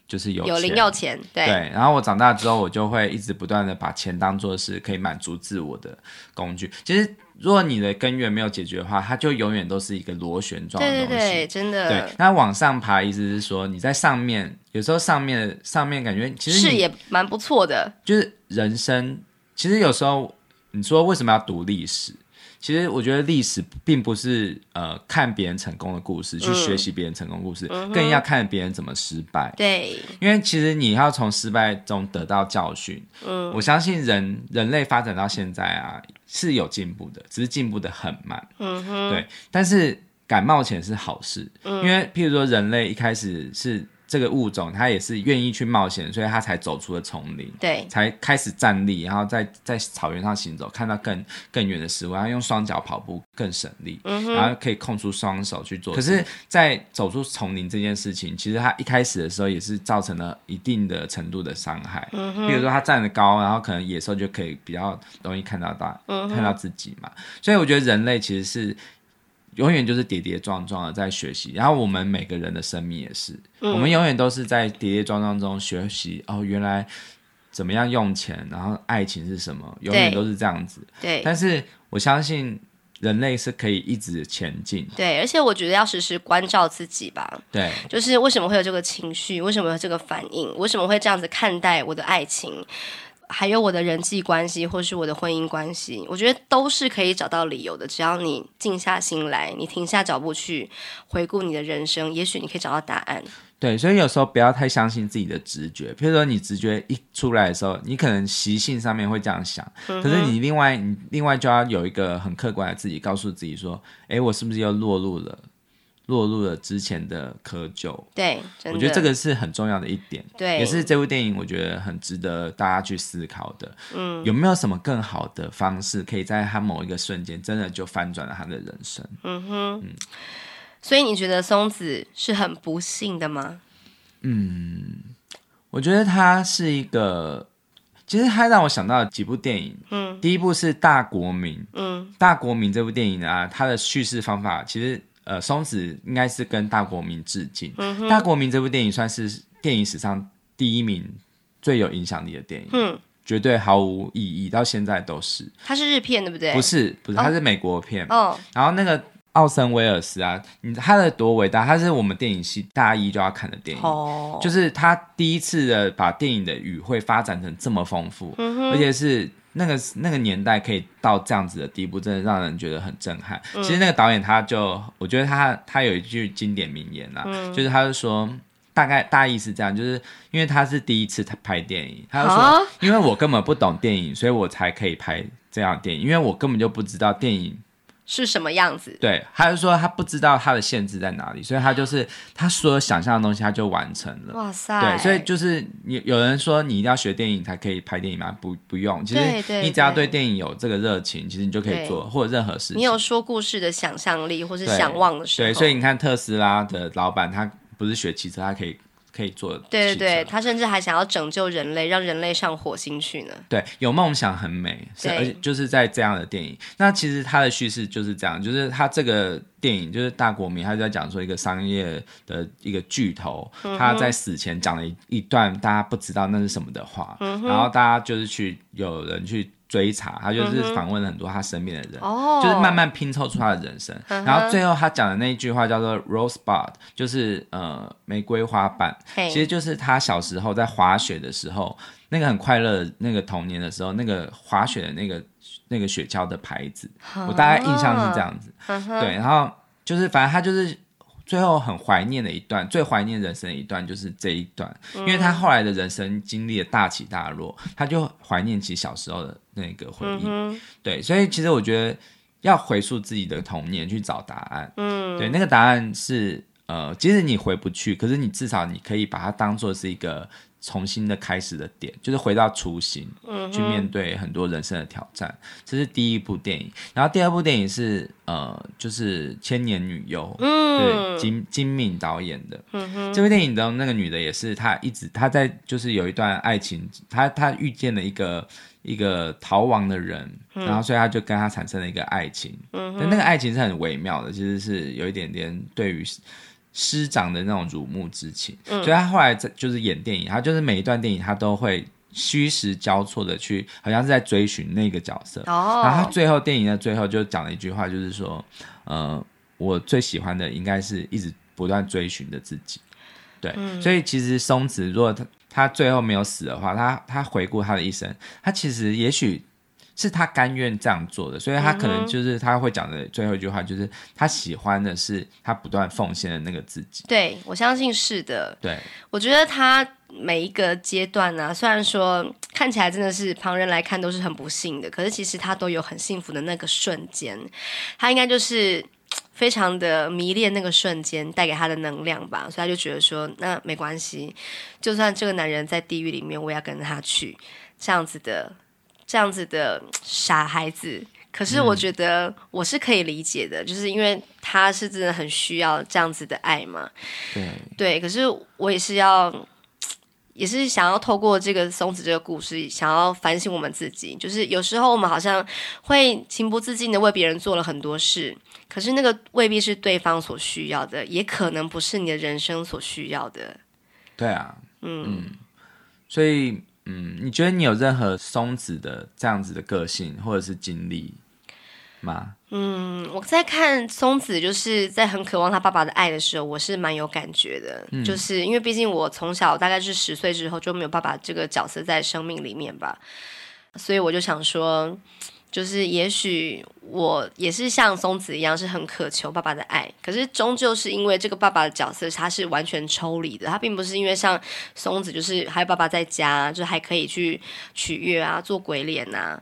Speaker 2: 就是有
Speaker 1: 有零
Speaker 2: 钱
Speaker 1: 有钱，对，
Speaker 2: 对，然后我长大之后，我就会一直不断的把钱当做是可以满足自我的工具。其实，如果你的根源没有解决的话，它就永远都是一个螺旋状的
Speaker 1: 对对
Speaker 2: 东西。
Speaker 1: 对，真的
Speaker 2: 对，那往上爬意思是说你在上面，有时候上面上面感觉其实
Speaker 1: 是
Speaker 2: 你
Speaker 1: 也蛮不错的，
Speaker 2: 就是人生，其实有时候你说为什么要读历史？其实我觉得历史并不是呃看别人成功的故事，去
Speaker 1: 嗯
Speaker 2: 学习别人成功故事，更要看别人怎么失败。
Speaker 1: 对，
Speaker 2: 因为其实你要从失败中得到教训。嗯，我相信人人类发展到现在啊是有进步的，只是进步的很慢。
Speaker 1: 嗯哼，嗯
Speaker 2: 对，但是敢冒险是好事，因为譬如说人类一开始是这个物种，它也是愿意去冒险，所以它才走出了丛林。
Speaker 1: 对，
Speaker 2: 才开始站立，然后在在草原上行走，看到更更远的事物，然后用双脚跑步更省力，然后可以空出双手去做。可是，在走出丛林这件事情，其实他一开始的时候也是造成了一定的程度的伤害，比如说他站得高，然后可能野兽就可以比较容易看到他、看到自己嘛。所以我觉得人类其实是。永远就是跌跌撞撞的在学习，然后我们每个人的生命也是，
Speaker 1: 嗯
Speaker 2: 我们永远都是在跌跌撞撞中学习。哦，原来怎么样用钱，然后爱情是什么，永远
Speaker 1: 对
Speaker 2: 都是这样子。
Speaker 1: 对，
Speaker 2: 但是我相信人类是可以一直前进，
Speaker 1: 对，而且我觉得要时时关照自己吧，
Speaker 2: 对
Speaker 1: 就是为什么会有这个情绪，为什么有这个反应，为什么会这样子看待我的爱情，还有我的人际关系，或是我的婚姻关系，我觉得都是可以找到理由的。只要你静下心来，你停下脚步去回顾你的人生，也许你可以找到答案。
Speaker 2: 对，所以有时候不要太相信自己的直觉。譬如说，你直觉一出来的时候，你可能习性上面会这样想，
Speaker 1: 嗯
Speaker 2: 可是你另外你另外就要有一个很客观的自己，告诉自己说，诶，我是不是又落入了落入了之前的窠臼？
Speaker 1: 对，真的，
Speaker 2: 我觉得这个是很重要的一点。
Speaker 1: 对
Speaker 2: 也是这部电影，我觉得很值得大家去思考的。嗯，有没有什么更好的方式，可以在他某一个瞬间，真的就翻转了他的人生？
Speaker 1: 所以你觉得松子是很不幸的吗？
Speaker 2: 我觉得他是一个，其实他让我想到几部电影。嗯，第一部是《大国民》。嗯，《大国民》这部电影啊，它的叙事方法其实，呃，松子应该是跟《大国民》致敬。嗯、大国民》这部电影算是电影史上第一名最有影响力的电影。
Speaker 1: 嗯，
Speaker 2: 绝对毫无意义，到现在都是。
Speaker 1: 它是日片，对不对？
Speaker 2: 不，是不是，它是美国片。
Speaker 1: 哦，
Speaker 2: 然后那个奥森威尔斯啊，你他的多伟大，他是我们电影系大一就要看的电影。
Speaker 1: 哦，
Speaker 2: 就是他第一次的把电影的语汇发展成这么丰富，而且是那个那个年代可以到这样子的地步，真的让人觉得很震撼。其实那个导演他就，我觉得他他有一句经典名言啊，就是他就说。大概大意是这样，就是因为他是第一次拍电影，他就说，
Speaker 1: 啊
Speaker 2: 因为我根本不懂电影，所以我才可以拍这样的电影，因为我根本就不知道电影
Speaker 1: 是什么样子？
Speaker 2: 对，他就说他不知道他的限制在哪里，所以他就是他所有想象的东西他就完成了。
Speaker 1: 哇塞！
Speaker 2: 对，所以就是你有人说你一定要学电影才可以拍电影吗？不，不用。其
Speaker 1: 对
Speaker 2: 实
Speaker 1: 对
Speaker 2: 你只要
Speaker 1: 对
Speaker 2: 对电影有这个热情，其实你就可以
Speaker 1: 对
Speaker 2: 做或者任何事情。
Speaker 1: 你有说故事的想象力，或是
Speaker 2: 对
Speaker 1: 想望的时候，
Speaker 2: 对，所以你看特斯拉的老板，他不是学汽车，他可以可以做汽车。
Speaker 1: 对对对，他甚至还想要拯救人类，让人类上火星去呢。
Speaker 2: 对，有梦想很美，是
Speaker 1: 对
Speaker 2: 而且就是在这样的电影。那其实它的叙事就是这样，就是它这个电影就是大国民，他就在讲说一个商业的一个巨头，
Speaker 1: 嗯
Speaker 2: 他在死前讲了一一段大家不知道那是什么的话，
Speaker 1: 嗯
Speaker 2: 然后大家就是去有人去追查，他就是访问了很多他身边的人。
Speaker 1: 嗯哦，嗯
Speaker 2: 就是慢慢拼凑出他的人生，然后最后他讲的那一句话叫做 “rosebud”，就是呃玫瑰花瓣。
Speaker 1: 嘿，
Speaker 2: 其实就是他小时候在滑雪的时候，那个很快乐的那个童年的时候，那个滑雪的那个那个雪橇的牌子，我大概印象是这样子。
Speaker 1: 嗯哼
Speaker 2: 对，然后就是反正他就是最后很怀念的一段，最怀念人生的一段就是这一段，因为他后来的人生经历了大起大落，他就怀念起小时候的那个回忆。对，所以其实我觉得要回溯自己的童年去找答案。嗯，对，那个答案是呃，即使你回不去，可是你至少你可以把它当做是一个重新的开始的点，就是回到初心，嗯，去面对很多人生的挑战。这是第一部电影，然后第二部电影是呃，就是《千年女优》，
Speaker 1: 嗯
Speaker 2: 对，金金敏导演的。这部电影中那个女的也是，她一直她在就是有一段爱情，她她遇见了一个一个逃亡的人，然后所以她就跟他产生了一个爱情，但那个爱情是很微妙的，其实是有一点点对于师长的那种辱没之情，所以他后来在就是演电影，他就是每一段电影他都会虚实交错的去，好像是在追寻那个角色。
Speaker 1: 哦，
Speaker 2: 啊然后他最后电影的最后就讲了一句话，就是说，呃，我最喜欢的应该是一直不断追寻的自己。对，所以其实松子如果他他最后没有死的话，他他回顾他的一生，他其实也许是他甘愿这样做的，所以他可能就是他会讲的最后一句话，就是他喜欢的是他不断奉献的那个自己。
Speaker 1: 对我相信是的。
Speaker 2: 对，
Speaker 1: 我觉得他每一个阶段呢、虽然说嗯看起来真的是旁人来看都是很不幸的，可是其实他都有很幸福的那个瞬间。他应该就是嗯非常的迷恋那个瞬间带给他的能量吧，所以他就觉得说，那没关系，就算这个男人在地狱里面，我也要跟着他去。这样子的，这样子的嗯傻孩子。可是我觉得我是可以理解的，就是因为他是真的很需要这样子的爱嘛。
Speaker 2: 对，
Speaker 1: 对，可是我也是要，也是想要透过这个松子这个故事，想要反省我们自己。就是有时候我们好像会情不自禁的为别人做了很多事，可是那个未必是对方所需要的，也可能不是你的人生所需要的。
Speaker 2: 对啊，嗯所以嗯，你觉得你有任何松子的这样子的个性或者是经历吗？
Speaker 1: 嗯，我在看松子，就是在很渴望他爸爸的爱的时候，我是蛮有感觉的，就是因为毕竟我从小大概是十岁之后就没有爸爸这个角色在生命里面吧，所以我就想说，就是也许我也是像松子一样，是很渴求爸爸的爱，可是终究是因为这个爸爸的角色，他是完全抽离的，他并不是因为像松子，就是还有爸爸在家，就还可以去取悦啊，做鬼脸啊。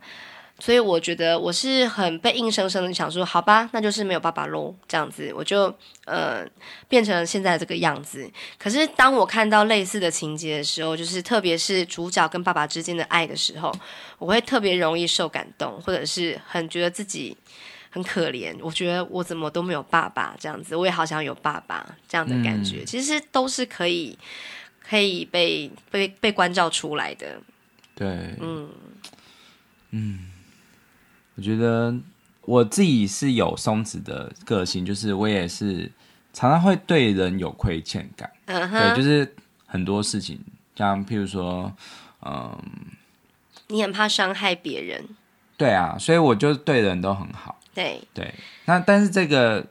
Speaker 1: 所以我觉得我是很被硬生生的想说，好吧，那就是没有爸爸喽，这样子，我就呃变成了现在这个样子。可是当我看到类似的情节的时候，就是特别是主角跟爸爸之间的爱的时候，我会特别容易受感动，或者是很觉得自己很可怜。我觉得我怎么都没有爸爸这样子，我也好想有爸爸这样的感
Speaker 2: 嗯
Speaker 1: 觉，其实都是可以可以被被被关照出来的。
Speaker 2: 对，嗯我觉得我自己是有松子的个性，就是我也是常常会对人有亏欠感，
Speaker 1: 嗯
Speaker 2: 对，就
Speaker 1: 哼，
Speaker 2: 是很多事情，像譬如说，嗯、
Speaker 1: 你很怕伤害别人，
Speaker 2: 对啊，所以我就对人都很好。
Speaker 1: 对，
Speaker 2: 对，那但是这个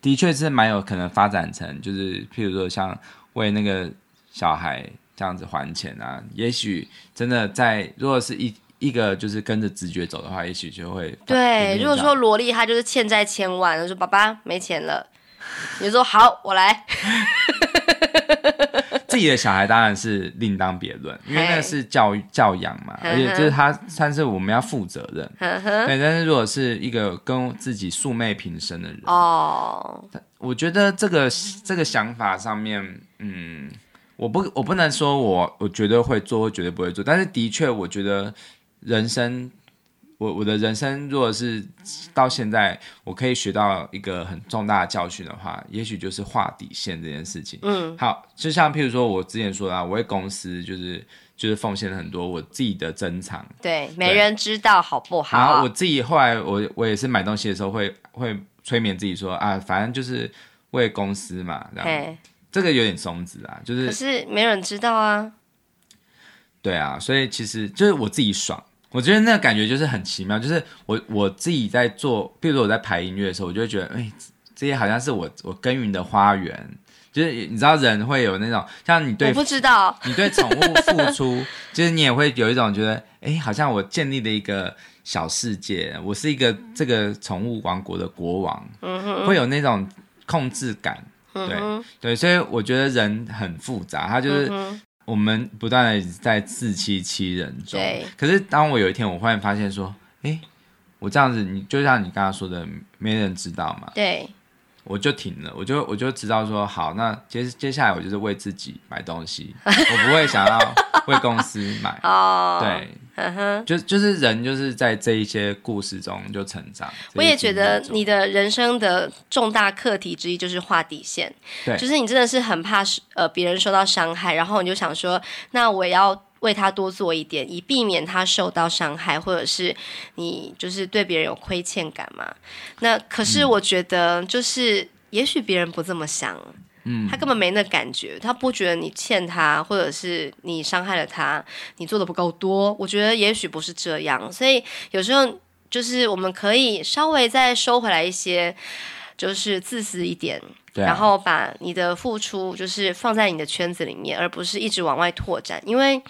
Speaker 2: 的确是蛮有可能发展成，就是譬如说像为那个小孩这样子还钱啊，也许真的在如果是一一个就是跟着直觉走的话，也许就会
Speaker 1: 对，如果说
Speaker 2: 里面
Speaker 1: 萝莉她就是欠债千万，就说爸爸没钱 了，你就说好，我来。
Speaker 2: 这样自己的小孩当然是另当别论，因为那
Speaker 1: 嘿
Speaker 2: 是教育教养嘛，
Speaker 1: 嗯哼
Speaker 2: 而且就是他算是我们要负责任。
Speaker 1: 呵呵
Speaker 2: 对，但是如果是一个跟自己素昧平生的人，
Speaker 1: 哦，
Speaker 2: 我觉得这个这个想法上面，嗯，我不我不能说我我绝对会做，我绝对不会做，但是的确，我觉得人生，我我的人生如果是到现在，我可以学到一个很重大的教训的话，也许就是画底线这件事情。
Speaker 1: 嗯，
Speaker 2: 好，就像譬如说我之前说的、啊，我为公司就是就是奉献了很多我自己的珍藏，
Speaker 1: 对，没人知道好不
Speaker 2: 然后
Speaker 1: 好
Speaker 2: 我？自己后来我我也是买东西的时候会会催眠自己说啊，反正就是为公司嘛，这样
Speaker 1: 嘿，
Speaker 2: 这个有点松子啊，就
Speaker 1: 可
Speaker 2: 是
Speaker 1: 是没人知道啊。
Speaker 2: 对啊，所以其实就是我自己爽。我觉得那个感觉就是很奇妙，就是我我自己在做，比如说我在排音乐的时候，我就会觉得，哎、这些好像是我我耕耘的花园，就是你知道人会有那种，像你
Speaker 1: 我
Speaker 2: 对
Speaker 1: 不知道，
Speaker 2: 你对宠物付出， 就是你也会有一种觉得，哎，好像我建立了一个小世界，我是一个这个宠物王国的国王，会有那种控制感。对、
Speaker 1: 嗯嗯哼嗯
Speaker 2: 对，所以我觉得人很复杂，他就是。我们不断的在自欺欺人中
Speaker 1: 对，
Speaker 2: 可是当我有一天我忽然发现说，哎，我这样子，你就像你刚刚说的，没人知道嘛，
Speaker 1: 对，。
Speaker 2: 我就停了，我就我就知道说，好，那接接下来我就是为自己买东西，我不会想要为公司买
Speaker 1: 哦，，
Speaker 2: 对，
Speaker 1: 嗯哼。
Speaker 2: 就就是人就是在这一些故事中就成长。
Speaker 1: 我也觉
Speaker 2: 这些经历
Speaker 1: 得
Speaker 2: 中
Speaker 1: 你的人生的重大课题之一就是画底线，
Speaker 2: 对
Speaker 1: 就是你真的是很怕是呃别人受到伤害，然后你就想说，那我也要为他多做一点，以避免他受到伤害，或者是你就是对别人有亏
Speaker 2: 嗯
Speaker 1: 欠感嘛。那可是我觉得就是，也许别人不这么想，嗯，他根本没那感觉，他不觉得你欠他，或者是你伤害了他，你做的不够多。我觉得也许不是这样，所以有时候就是我们可以稍微再收回来一些，就是自私一点，
Speaker 2: 对啊
Speaker 1: 然后把你的付出就是放在你的圈子里面，而不是一直往外拓展，因为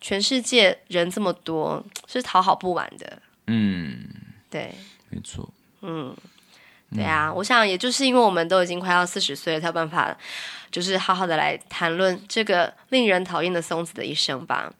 Speaker 1: 全世界人这么多，是讨好不完的。
Speaker 2: 嗯，
Speaker 1: 对，
Speaker 2: 没错，
Speaker 1: 嗯对啊，我想也就是因为我们都已经快要四十岁了，才有办法就是好好的来谈论这个令人讨厌的松子的一生吧。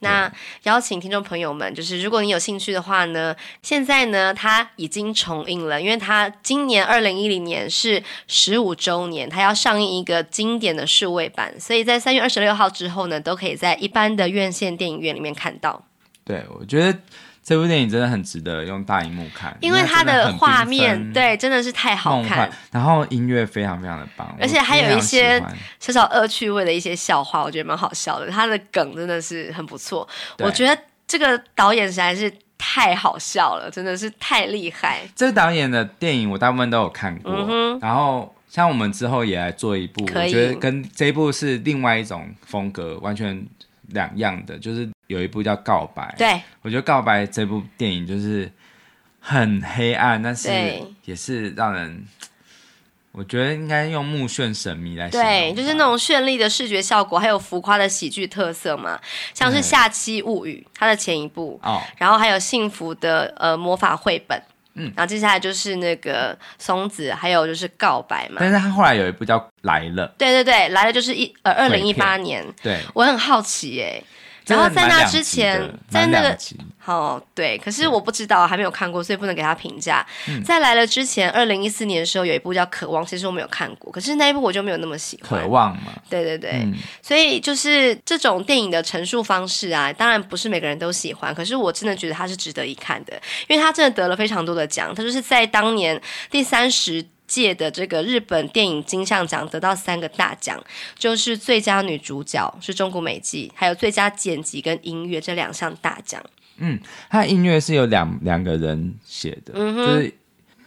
Speaker 1: 那邀请听众朋友们，就是如果你有兴趣的话呢，现在呢它已经重映了，因为它今年二零一零年是十五周年，它要上映一个经典的数位版，所以在三月二十六号之后呢，都可以在一般的院线电影院里面看到，
Speaker 2: 对我觉得这部电影真的很值得用大荧幕看，
Speaker 1: 因为它
Speaker 2: 真的
Speaker 1: 的
Speaker 2: 很
Speaker 1: 画
Speaker 2: 缤
Speaker 1: 面
Speaker 2: 纷
Speaker 1: 对真的是太好
Speaker 2: 梦
Speaker 1: 看
Speaker 2: 幻，，然后音乐非常非常的棒，
Speaker 1: 而且
Speaker 2: 我
Speaker 1: 还有
Speaker 2: 非常
Speaker 1: 一些
Speaker 2: 喜欢
Speaker 1: 小小恶趣味的一些笑话，我觉得蛮好笑的。他的梗真的是很不错，
Speaker 2: 对
Speaker 1: 我觉得这个导演实在是太好笑了，真的是太厉害。
Speaker 2: 这个导演的电影我大部分都有看过，
Speaker 1: 嗯哼
Speaker 2: 然后像我们之后也来做一部，
Speaker 1: 可
Speaker 2: 我
Speaker 1: 以
Speaker 2: 觉得跟这一部是另外一种风格，完全两样的，就是有一部叫《告白》，
Speaker 1: 对，
Speaker 2: 我觉得《告白》这部电影就是很黑暗，但是
Speaker 1: 对
Speaker 2: 也是让人，我觉得应该用目眩神迷来形容吧，
Speaker 1: 对，就是那种绚丽的视觉效果，还有浮夸的喜剧特色嘛，像是《
Speaker 2: 对
Speaker 1: 下期物语》它的前一部，
Speaker 2: 哦，
Speaker 1: 然后还有《幸福的呃魔法绘本》，
Speaker 2: 嗯，
Speaker 1: 然后接下来就是那个松子，还有就是告白嘛。
Speaker 2: 但是他后来有一部叫《来了》，
Speaker 1: 对对对，来了就是一呃二零一
Speaker 2: 鬼
Speaker 1: 八
Speaker 2: 片
Speaker 1: 年，
Speaker 2: 对，
Speaker 1: 我很好奇耶、然后
Speaker 2: 真的
Speaker 1: 在
Speaker 2: 蛮
Speaker 1: 那
Speaker 2: 两
Speaker 1: 之
Speaker 2: 极
Speaker 1: 前
Speaker 2: 的
Speaker 1: 在
Speaker 2: 蛮
Speaker 1: 那
Speaker 2: 两
Speaker 1: 个
Speaker 2: 极
Speaker 1: 哦，对，可是我不知道，还没有看过，所以不能给他评价。
Speaker 2: 嗯
Speaker 1: 在来了之前，二零一四年的时候有一部叫《渴望》，其实我没有看过，可是那一部我就没有那么喜欢
Speaker 2: 渴。望嘛，
Speaker 1: 对对对，
Speaker 2: 嗯
Speaker 1: 所以就是这种电影的陈述方式啊，当然不是每个人都喜欢，可是我真的觉得它是值得一看的，因为它真的得了非常多的奖，它就是在当年第三十。届的这个日本电影金像奖得到三个大奖，就是最佳女主角是中谷美纪，还有最佳剪辑跟音乐这两项大奖。
Speaker 2: 他的音乐是有两两个人写的，
Speaker 1: 嗯哼
Speaker 2: 就是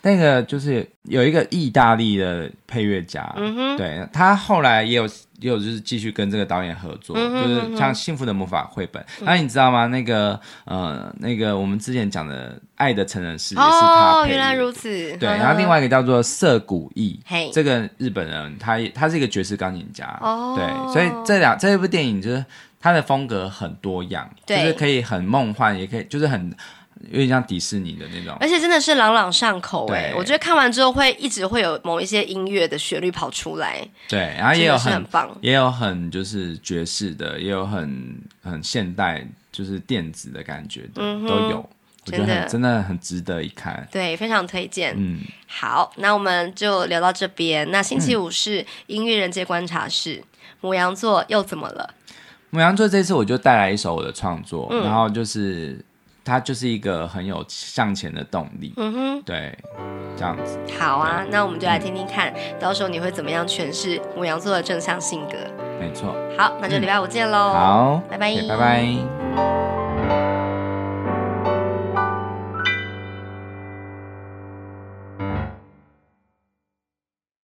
Speaker 2: 那个就是有一个意大利的配乐家，
Speaker 1: 嗯哼，
Speaker 2: 对他后来也有也有就是继续跟这个导演合作，
Speaker 1: 嗯哼嗯
Speaker 2: 就是
Speaker 1: 哼嗯
Speaker 2: 像《幸福的魔法》绘本。那、你知道吗？那个呃，那个我们之前讲的《爱的成人式》也是他
Speaker 1: 哦，
Speaker 2: 配乐
Speaker 1: 原来
Speaker 2: 的
Speaker 1: 如此。
Speaker 2: 对，
Speaker 1: 嗯
Speaker 2: 然后另外一个叫做涩谷义
Speaker 1: 嘿，
Speaker 2: 这个日本人，他也他是一个爵士钢琴家，
Speaker 1: 哦
Speaker 2: 对，所以这两这一部电影就是它的风格很多样，就
Speaker 1: 对
Speaker 2: 是可以很梦幻，也可以就是很有点像迪士尼的那种，
Speaker 1: 而且真的是朗朗上口哎、
Speaker 2: 对
Speaker 1: 我觉得看完之后会一直会有某一些音乐的旋律跑出来，
Speaker 2: 对，然后啊也
Speaker 1: 真
Speaker 2: 有
Speaker 1: 的是
Speaker 2: 很
Speaker 1: 很棒。
Speaker 2: 也有很就是爵士的，也有很很现代就是电子的感觉的、
Speaker 1: 嗯哼
Speaker 2: 都有，我
Speaker 1: 真
Speaker 2: 觉得
Speaker 1: 的
Speaker 2: 很真的很值得一看，
Speaker 1: 对，非常推荐。
Speaker 2: 嗯，
Speaker 1: 好，那我们就聊到这边。那星期五是音乐人界观察室，母羊座又怎么了？
Speaker 2: 母羊座这次我就带来一首我的创作，
Speaker 1: 嗯
Speaker 2: 然后就是它就是一个很有向前的动力，
Speaker 1: 嗯哼，
Speaker 2: 对，这样子。
Speaker 1: 好啊，那我们就
Speaker 2: 嗯
Speaker 1: 来听听看，到时候你会怎么样诠释母羊座的正向性格？
Speaker 2: 没错。
Speaker 1: 好，那就礼拜五见喽。
Speaker 2: 嗯好，
Speaker 1: 拜拜
Speaker 2: 对拜拜。